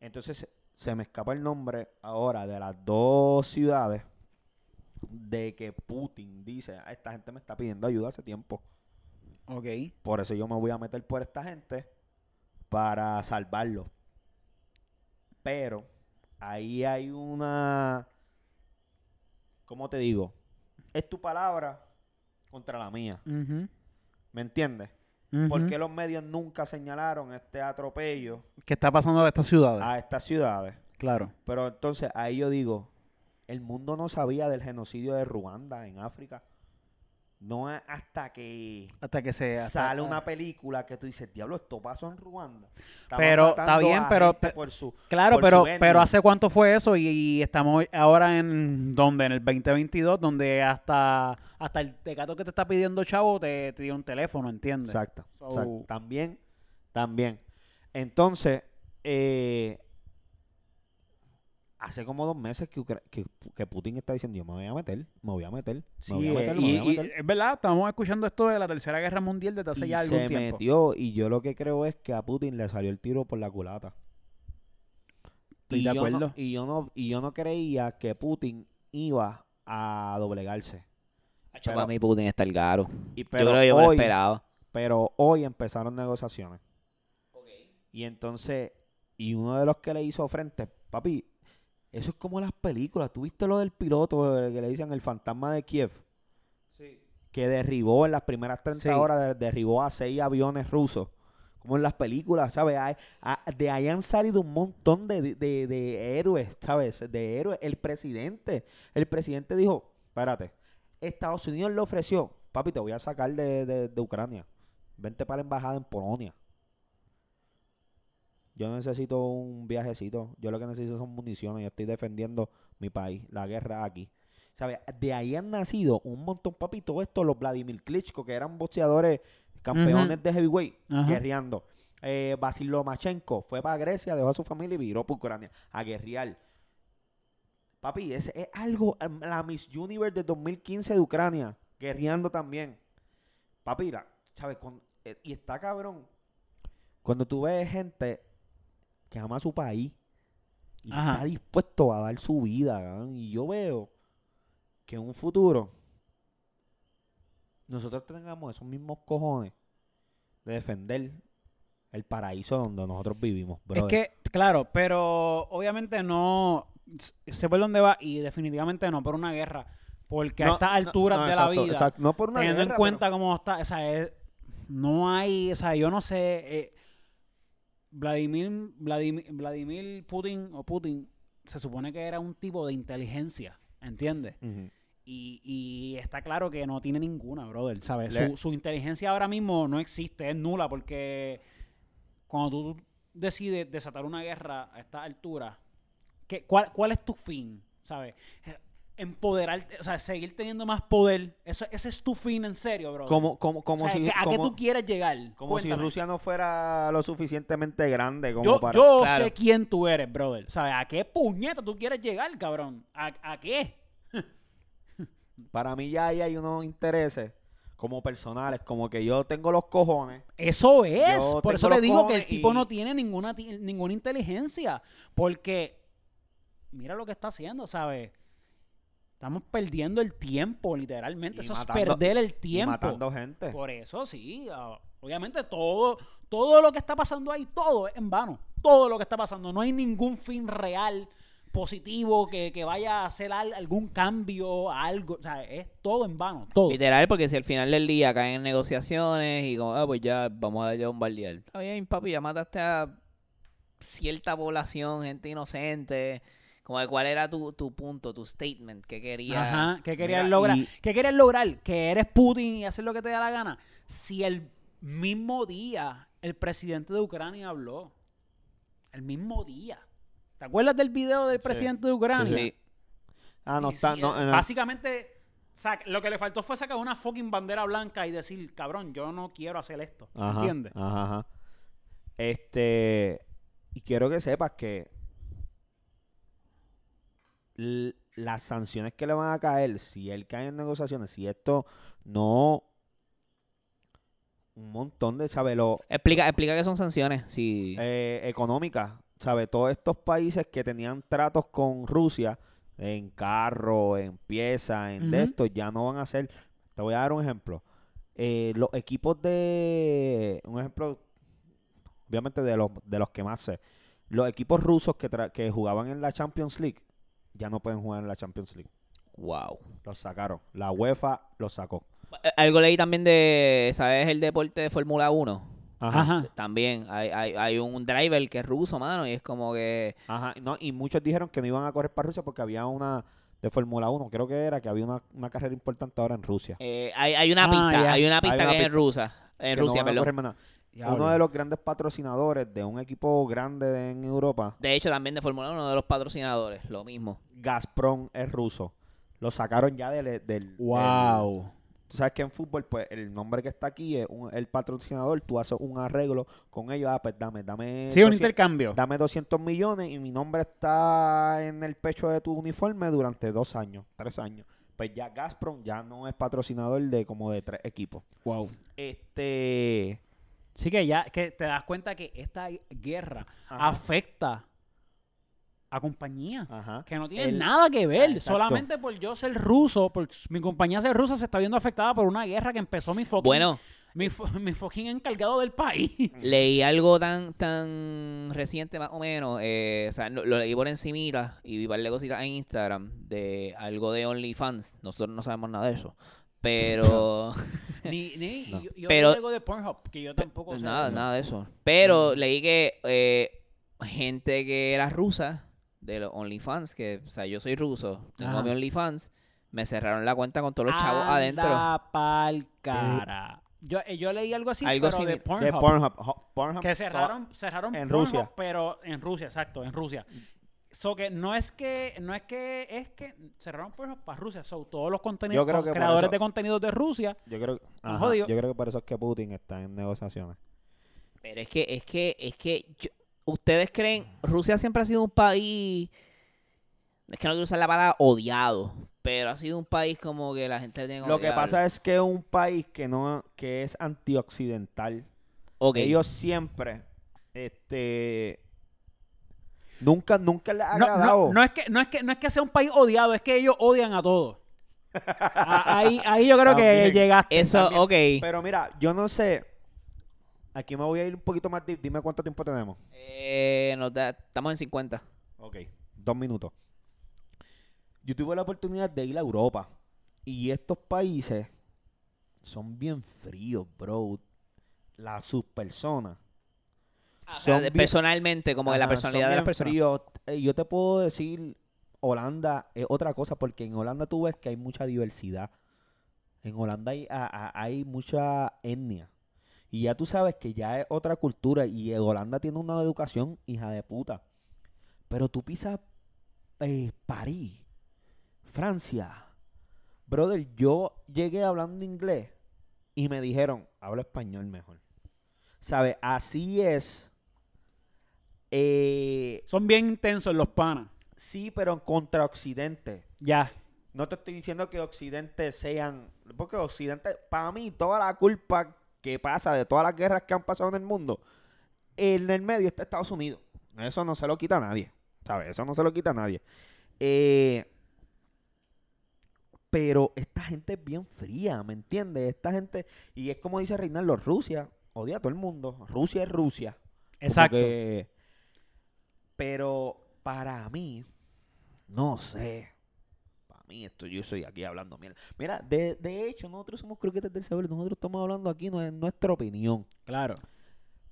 Entonces, se me escapa el nombre ahora de las dos ciudades de que Putin dice, "Ah, esta gente me está pidiendo ayuda hace tiempo.
Ok.
Por eso yo me voy a meter por esta gente para salvarlo. Pero ahí hay una. ¿Cómo te digo? Es tu palabra contra la mía.
Ujú,
¿Me entiendes?
ujú.
Porque los medios nunca señalaron este atropello
¿Qué está pasando en estas ciudades?
a estas ciudades.
Claro.
Pero entonces ahí yo digo, el mundo no sabía del genocidio de Ruanda en África. No es hasta que
Hasta que se... hasta-
sale
ah,
una película que tú dices, diablo, esto pasó en Ruanda. Estaban
Pero, está
matando
bien,
a
pero-
gente
pe-
por su-
Claro,
por
pero,
su etnia.
pero ¿hace cuánto fue eso? Y, y estamos ahora en... ¿Dónde? En el 2022, donde hasta hasta el tecato que te está pidiendo chavo te, te dio un teléfono, ¿entiendes?
Exacto,
So-
exacto. También, también. Entonces, eh, hace como dos meses que, Ucra- que, que Putin está diciendo, yo me voy a meter, me voy a meter, me
Sí,
voy a meter, me
y-
voy a
y-
meter.
es verdad, estamos escuchando esto de la Tercera Guerra Mundial desde hace
Y
ya algún
se
tiempo.
metió y yo lo que creo es que a Putin le salió el tiro por la culata.
Estoy
y
de
yo no-
acuerdo.
y yo no y yo no creía que Putin iba a doblegarse.
Hacho,
Pero-
para mí Putin está el garo.
Y
yo
pero
creo que yo me lo
hoy,
esperaba.
pero hoy empezaron negociaciones. Y entonces, y uno de los que le hizo frente, papi, eso es como las películas. ¿Tú viste lo del piloto eh, que le dicen el fantasma de Kiev? Que derribó en las primeras 30
Sí.
horas, de- derribó a seis aviones rusos. Como en las películas, ¿sabes? Hay- a- de ahí han salido un montón de, de- de héroes, ¿sabes? De héroes. El presidente, el presidente dijo, espérate, Estados Unidos le ofreció, papi, te voy a sacar de, de- de Ucrania. Vente para la embajada en Polonia. Yo necesito un viajecito. Yo lo que necesito son municiones. Yo estoy defendiendo mi país, la guerra aquí. ¿Sabes? De ahí han nacido un montón, papi, todo esto, los Vladimir Klitschko, que eran boxeadores, campeones de heavyweight,
Ajá.
guerreando. Eh, Vasil Lomachenko fue para Grecia, dejó a su familia y viró por Ucrania a guerrear. Papi, ese es algo, em, la Miss Universe de 2015 de Ucrania, guerreando también. Papi, la- ¿sabes? Con- eh, y está cabrón. Cuando tú ves gente que ama su país y
Ajá.
está dispuesto a dar su vida, cabrón, y yo veo que en un futuro nosotros tengamos esos mismos cojones de defender el paraíso donde nosotros vivimos, brother.
Es que, claro, pero obviamente no s- sé por dónde va y definitivamente no por una guerra. Porque a
No,
estas
no,
alturas
no,
de
exacto,
la vida,
exacto. No por una
teniendo
guerra,
en cuenta cómo está, o sea, es- no hay, o sea, yo no sé, eh, Vladimir, Vladimir, Vladimir Putin o Putin se supone que era un tipo de inteligencia, ¿entiendes?
pero- Ujú.
Y, y está claro que no tiene ninguna, brother, ¿sabes?
Le-
Su, su inteligencia ahora mismo no existe, es nula, porque cuando tú decides desatar una guerra a esta altura, ¿qué, cuál, ¿cuál es tu fin? ¿Sabes? Empoderarte, o sea, seguir teniendo más poder, eso, ese es tu fin en serio, brother.
Como, como, como
O sea,
si,
¿A qué
como,
tú quieres llegar?
como si
Cuéntame.
Rusia no fuera lo suficientemente grande como
Yo,
para...
yo
claro.
sé quién tú eres, brother. ¿Sabes? ¿A qué puñeta tú quieres llegar, cabrón? ¿A, a qué?
Para mí ya ahí hay unos intereses como personales, como que yo tengo los cojones.
Eso es.
Yo
Por eso le
tengo los
digo que el
cojones
tipo
y-
no tiene ninguna, ti- ninguna inteligencia. Porque mira lo que está haciendo, ¿sabes? Estamos perdiendo el tiempo, literalmente.
Y
eso es
matando-
perder el
y
tiempo.
matando gente.
Por eso sí. ah, Obviamente todo, todo lo que está pasando ahí, todo es en vano. Todo lo que está pasando. No hay ningún fin real, positivo, que, que vaya a hacer al- algún cambio, algo. O sea, es todo en vano. Todo.
Literal, porque si al final del día caen en negociaciones y como, ah, pues ya vamos a darle a bombardear. Está bien, papi, ya mataste a cierta población, gente inocente. Como de cuál era tu, tu punto, tu statement, que quería.
Ajá, ¿qué querías
Mira,
lograr?
y-
¿Qué querías lograr? Que eres Putin y haces lo que te da la gana. Si el mismo día el presidente de Ucrania habló, el mismo día. ¿Te acuerdas del video del presidente de Ucrania?
Sí.
Ah, no
Y
está...
si
no,
él-
no.
Básicamente, sac- lo que le faltó fue sacar una fucking bandera blanca y decir, cabrón, yo no quiero hacer esto.
Ajá,
¿Entiendes?
Ajá, ajá. Este, y quiero que sepas que l- las sanciones que le van a caer, si él cae en negociaciones, si esto no... Un montón de, ¿sabes? Lo,
Explica, explica que son sanciones. Sí.
eh, económica. ¿Sabes? Todos estos países que tenían tratos con Rusia en carro, en piezas, en de
Ujú.
estos, ya no van a hacer. Te voy a dar un ejemplo. Eh, los equipos de. Un ejemplo, obviamente, de los, de los que más sé. Los equipos rusos que, tra- que jugaban en la Champions League ya no pueden jugar en la Champions League.
Wow.
Los sacaron. La UEFA los sacó.
Eh, Algo leí también de, ¿sabes? El deporte de Fórmula 1.
Ajá. Ajá.
También hay, hay, hay un driver que es ruso, mano, y es como que...
No, y muchos dijeron que no iban a correr para Rusia porque había una. De Fórmula 1, creo que era que había una, una carrera importante ahora en Rusia.
eh, hay, hay una
Ah,
pista,
ya.
hay una pista
una
que es en
pista.
rusa. En
que no
Rusia,
van a
perdón.
correr más nada.
Diablo.
Uno de los grandes patrocinadores de un equipo grande de- en Europa,
De hecho, también de Fórmula 1, de los patrocinadores, lo mismo.
Gazprom, es ruso. Lo sacaron ya del... del- del-
Wow.
tú sabes que en fútbol, pues, el nombre que está aquí es un- el patrocinador. Tú haces un arreglo con ellos. Ah, pues, dame, dame...
Sí, un
200
intercambio.
Dame 200 millones y mi nombre está en el pecho de tu uniforme durante dos años, tres años. Pues ya Gazprom ya no es patrocinador de como de tres equipos.
Wow.
Este...
Sí que ya que te das cuenta que esta guerra
Ajá.
afecta a compañías
Ajá.
que no tienen
El-
nada que ver.
exacto.
Solamente por yo ser ruso, por mi compañía ser rusa se está viendo afectada por una guerra que empezó mi fucking,
Bueno,
mi, fu- [LAUGHS] mi fucking encargado del país.
leí algo tan tan reciente más o menos, eh, o sea, no- lo leí por encimita y vi par de cositas en Instagram de algo de OnlyFans. Nosotros no sabemos nada de eso,
[LAUGHS]
pero
[LAUGHS] ni, ni- y
No.
yo, yo
Pero- pues
vi algo de Pornhub que yo tampoco sé
nada,
eso.
nada de eso. Pero leí que eh, gente que era rusa de los OnlyFans, que, o sea, yo soy ruso, tengo
Ajá.
mi OnlyFans, me cerraron la cuenta con todos los chavos
Anda
adentro.
pa'l cara. Yo, eh, yo leí algo así,
Algo
pero de
simi- de
Pornhub.
De Pornhub. Ho- Pornhub [LAUGHS]
Que cerraron, cerraron
en
Pornhub,
Rusia.
pero en Rusia, exacto, en Rusia. So que no es que, no es que, es que cerraron Pornhub para Rusia. So todos los contenidos,
Yo creo
con-
que por
creadores
eso-
de contenidos de Rusia.
Oh, Yo creo, ajá,
jodido.
yo creo que por eso es que Putin está en negociaciones.
Pero es que, es que, es que, yo- ustedes creen, Rusia siempre ha sido un país, es que no quiero usar la palabra odiado, pero ha sido un país como que la gente le tiene como
Lo que pasa es que es un país que no que es antioccidental.
Ok,
Ellos siempre este nunca nunca le ha
No,
agradado.
no, no es que, no, es que, no es que sea un país odiado, es que ellos odian a todos. A- ahí, ahí yo creo que
[LAUGHS] También.
llegaste.
eso,
también,
ok,
Pero mira, yo no sé Aquí me voy a ir un poquito más deep. Dime cuánto tiempo tenemos.
Eh, nos da- estamos en 50.
Ok, dos minutos. Yo tuve la oportunidad de ir a Europa. Y estos países son bien fríos, bro. La, sus personas.
Ah, o
Son
sea, de-
bien-
personalmente, Este, como que la
Ajá,
personalidad
son
de las
bien
personas.
fríos. Eh, yo te puedo decir, Holanda es otra cosa, porque en Holanda tú ves que hay mucha diversidad. En Holanda hay, a- a- hay mucha etnia. Y ya tú sabes que ya es otra cultura. Y eh, Holanda tiene una educación hija de puta. Pero tú pisas eh, París, Francia. Brother, yo llegué hablando inglés y me dijeron, habla español mejor. ¿Sabes? Así es. Eh,
Son bien intensos los panas.
Sí, pero contra Occidente.
Ya.
No te estoy diciendo que Occidente sean. Porque Occidente, para mí, toda la culpa que pasa de todas las guerras que han pasado en el mundo, en el medio está Estados Unidos. Eso no se lo quita a nadie. ¿Sabes? Eso no se lo quita a nadie. Eh, pero esta gente es bien fría, ¿me entiendes? Esta gente. Y es como dice Reinaldo: Rusia odia a todo el mundo. Rusia es Rusia. Como
Exacto.
que- pero para mí, no sé. Para mí, esto yo soy aquí hablando mierda. Mira, de, de hecho, nosotros somos croquetas del saber. Nosotros estamos hablando aquí, no es nuestra opinión.
Claro.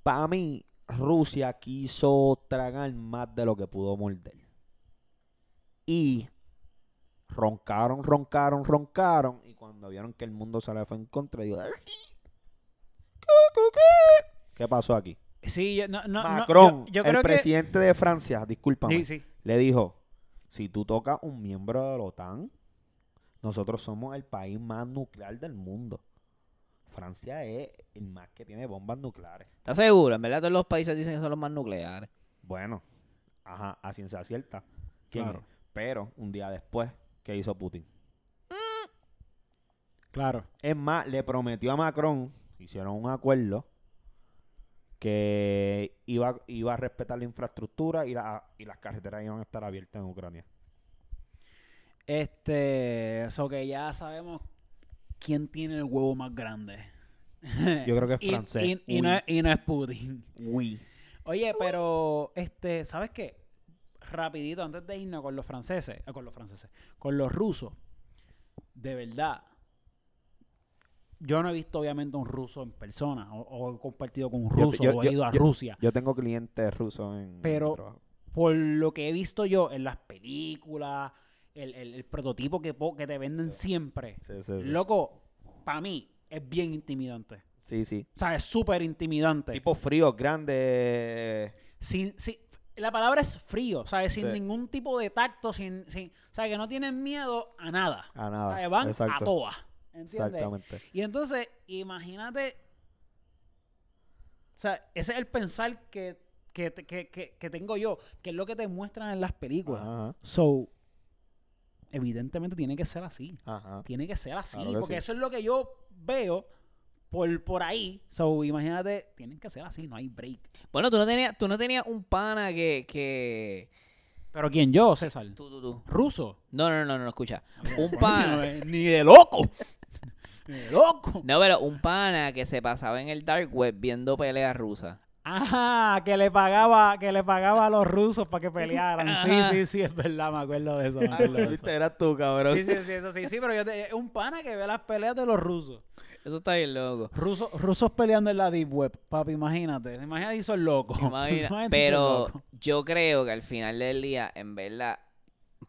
Para mí, Rusia quiso tragar más de lo que pudo morder. Y roncaron, roncaron, roncaron. Y cuando vieron que el mundo se le fue en contra, digo, ¿qué pasó aquí?
Sí, yo, no, no, no,
Macron,
yo, yo
el
creo que-
presidente de Francia, discúlpame,
Sí, sí.
le dijo, si tú tocas un miembro de la OTAN, nosotros somos el país más nuclear del mundo. Francia es el más que tiene bombas nucleares.
¿Estás seguro? En verdad todos los países dicen que son los más nucleares.
Bueno, ajá, a ciencia cierta. ¿quién
Claro.
es? Pero un día después, ¿qué hizo Putin?
Claro.
Es más, le prometió a Macron, hicieron un acuerdo, que iba, iba a respetar la infraestructura y, la- y las carreteras iban a estar abiertas en Ucrania.
Este, eso que ya sabemos quién tiene el huevo más grande.
[LAUGHS] Yo creo que es
Y-
francés.
Y, y no, es, y no es Putin.
Uy.
Oye, pero, este, ¿sabes qué? Rapidito, antes de irnos con los franceses, eh, con los franceses, con los rusos, de verdad, yo no he visto obviamente un ruso en persona, o, o he compartido con un
te-
ruso,
yo-
o he
yo-
ido a
yo-
Rusia.
Yo tengo clientes rusos en
Pero-
mi trabajo.
por lo que he visto yo en las películas, el, el- el prototipo que, po- que te venden siempre,
Sí, sí, sí.
loco, para mí es bien intimidante. O
Sí, sí.
sea, es súper intimidante.
Tipo frío, grande.
Sin, sin- la palabra es frío, ¿sabes? Sin
Sí.
ningún tipo de tacto, sin, sin, ¿sabes? Que no tienen miedo a nada.
A nada.
¿Sabes? Van a
Ah, Exacto.
toa. ¿Entiendes?
Exactamente.
Y entonces, imagínate. O sea, ese es el pensar que, que, que- que- que tengo yo, que es lo que te muestran en las películas.
Ajá,
So, evidentemente tiene que ser así.
[LAUGHS]
ajá.
Tiene que ser así.
Claro que
porque
sí.
eso es lo que yo veo por, por ahí. So, imagínate, tienen que ser así, no hay break.
Bueno, tú no tenías, tú no tenías un pana que... que...
Pero ¿quién yo, César?
Tú, tú, tú.
¿Ruso?
No, no, no, no, no, escucha.
[LAUGHS]
Un
No,
pana...
eh, Ni de loco. [LAUGHS] Ni de loco.
No, pero un pana que se pasaba en el dark web viendo peleas rusas.
Ajá, que le pagaba, que le pagaba a los rusos para que pelearan.
Ajá.
[LAUGHS] Sí, sí, sí, es verdad, me acuerdo de eso. Me
Ah,
acuerdo de eso.
Era tú, cabrón.
Sí, sí, sí, eso sí, sí, pero yo te- es un pana que ve las peleas de los rusos.
Eso está bien loco.
Rusos, rusos peleando en la Deep Web, papi, imagínate. Imagínate hizo el loco.
[LAUGHS]
Imagina-
[LAUGHS] Imagínate, hizo el
pero
loco.
yo creo que al final del día, en verdad,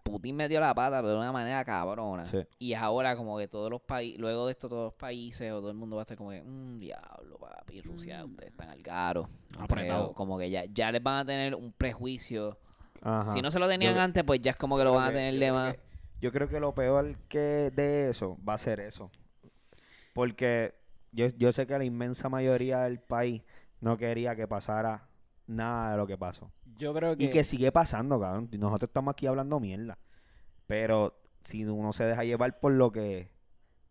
Putin metió la pata, pero de una manera cabrona.
Sí.
Y ahora como que todos los países, luego de esto todos los países o todo el mundo va a estar como que, mmm, diablo, papi, Rusia,
Mm.
ustedes están al caro. No
Apretado.
creo. Como que ya, ya les van a tener un prejuicio.
Ajá.
Si no se lo tenían
Yo-
antes, pues ya es como que lo
creo
van a
que-
tener
yo
de
creo
más.
que- Yo creo que lo peor que de eso va a ser eso. Porque yo, yo sé que la inmensa mayoría del país no quería que pasara nada de lo que pasó.
Yo creo que.
Y que sigue pasando, cabrón. Nosotros estamos aquí hablando mierda. Pero si uno se deja llevar por lo que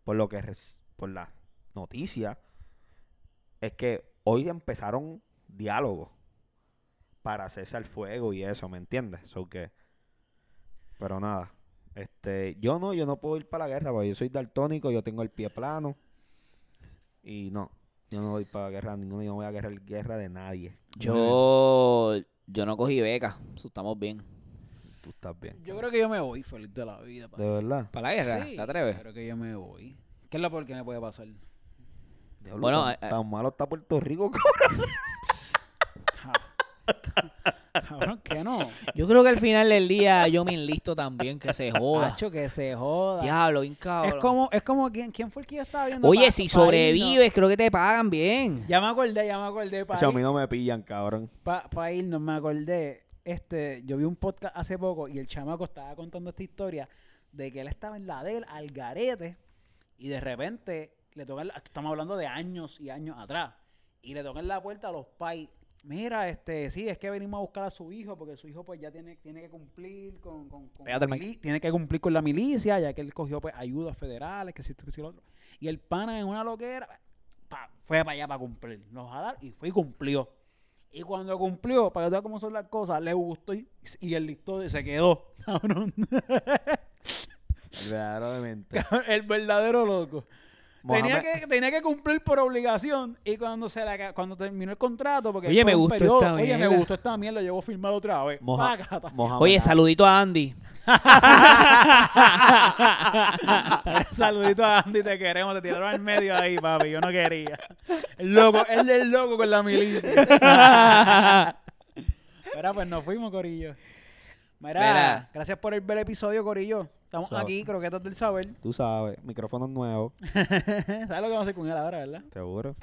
por lo que res- por las noticias es que hoy empezaron diálogos para hacerse al fuego y eso, ¿me entiendes? So que pero nada. Este, yo no, yo no puedo ir para la guerra, porque yo soy daltónico, yo tengo el pie plano. Y no, Yo no voy para guerra ninguno, yo no voy a guerra, guerra de nadie.
Yo, yo no cogí beca, so estamos
[LAUGHS]
bien.
Tú estás bien.
Yo creo que yo me voy feliz de la vida.
De verdad.
¿Para la guerra? ¿Te atreves?
Creo que yo me voy. ¿Qué es lo peor que me puede
[LAUGHS]
pasar?
Diablo,
Bueno,
tan,
eh, eh.
tan malo está Puerto Rico. [LAUGHS] co-
Cabrón, que no.
Yo creo que al final del día yo me enlisto también, que
[LAUGHS]
se joda.
Hacho, que se joda.
Diablo, bien
es
cabrón.
como, es como ¿quién, quién fue el que yo estaba viendo.
Oye,
pa-
si
pa-
sobrevives, creo que te pagan bien.
irnos? Ya me acordé, ya me acordé. Para
Chacho, a mí no me pillan, cabrón.
para irnos, me acordé. Este, yo vi un podcast hace poco y el chamaco estaba contando esta historia de que él estaba en la de él, al garete, y de repente le tocan la- estamos hablando de años y años atrás, y le tocan la puerta a los pais. Mira, este, sí, es que venimos a buscar a su hijo, porque su hijo pues ya tiene, tiene que cumplir con, con- con
Pégate el mic.
mili- tiene que cumplir con la milicia, ya que él cogió pues ayudas federales, que si esto, que si lo otro. Y el pana en una loquera, pa, fue para allá para cumplir. Nos jalar y fue y cumplió. Y cuando cumplió, para que tú veas cómo son las cosas, le gustó y, y el listo
[LAUGHS]
se quedó. Cabrón. [LAUGHS]
Verdaderamente.
el verdadero loco. Tenía
Mohamed-
que, tenía que cumplir por obligación y cuando se la, ca- cuando terminó el contrato, porque
Oye,
fue
me
un
gustó esta
oye, me
mierda".
gustó esta mierda, llevo firmado otra vez.
Moja-
Pácata.
Mohamed
Oye,
Ali.
saludito a Andy.
Saludito a Andy, te queremos, te tiraron al medio ahí, papi, yo no quería. El loco, el del loco con la milicia. Mira, pues nos fuimos, Corillo. Mira,
Mira.
gracias por el bel episodio, Corillo. Estamos
So-
aquí, croquetas [LAUGHS] del saber.
Tú sabes, micrófono nuevo,
¿Sabes lo que vamos a hacer con él ahora, verdad?
seguro.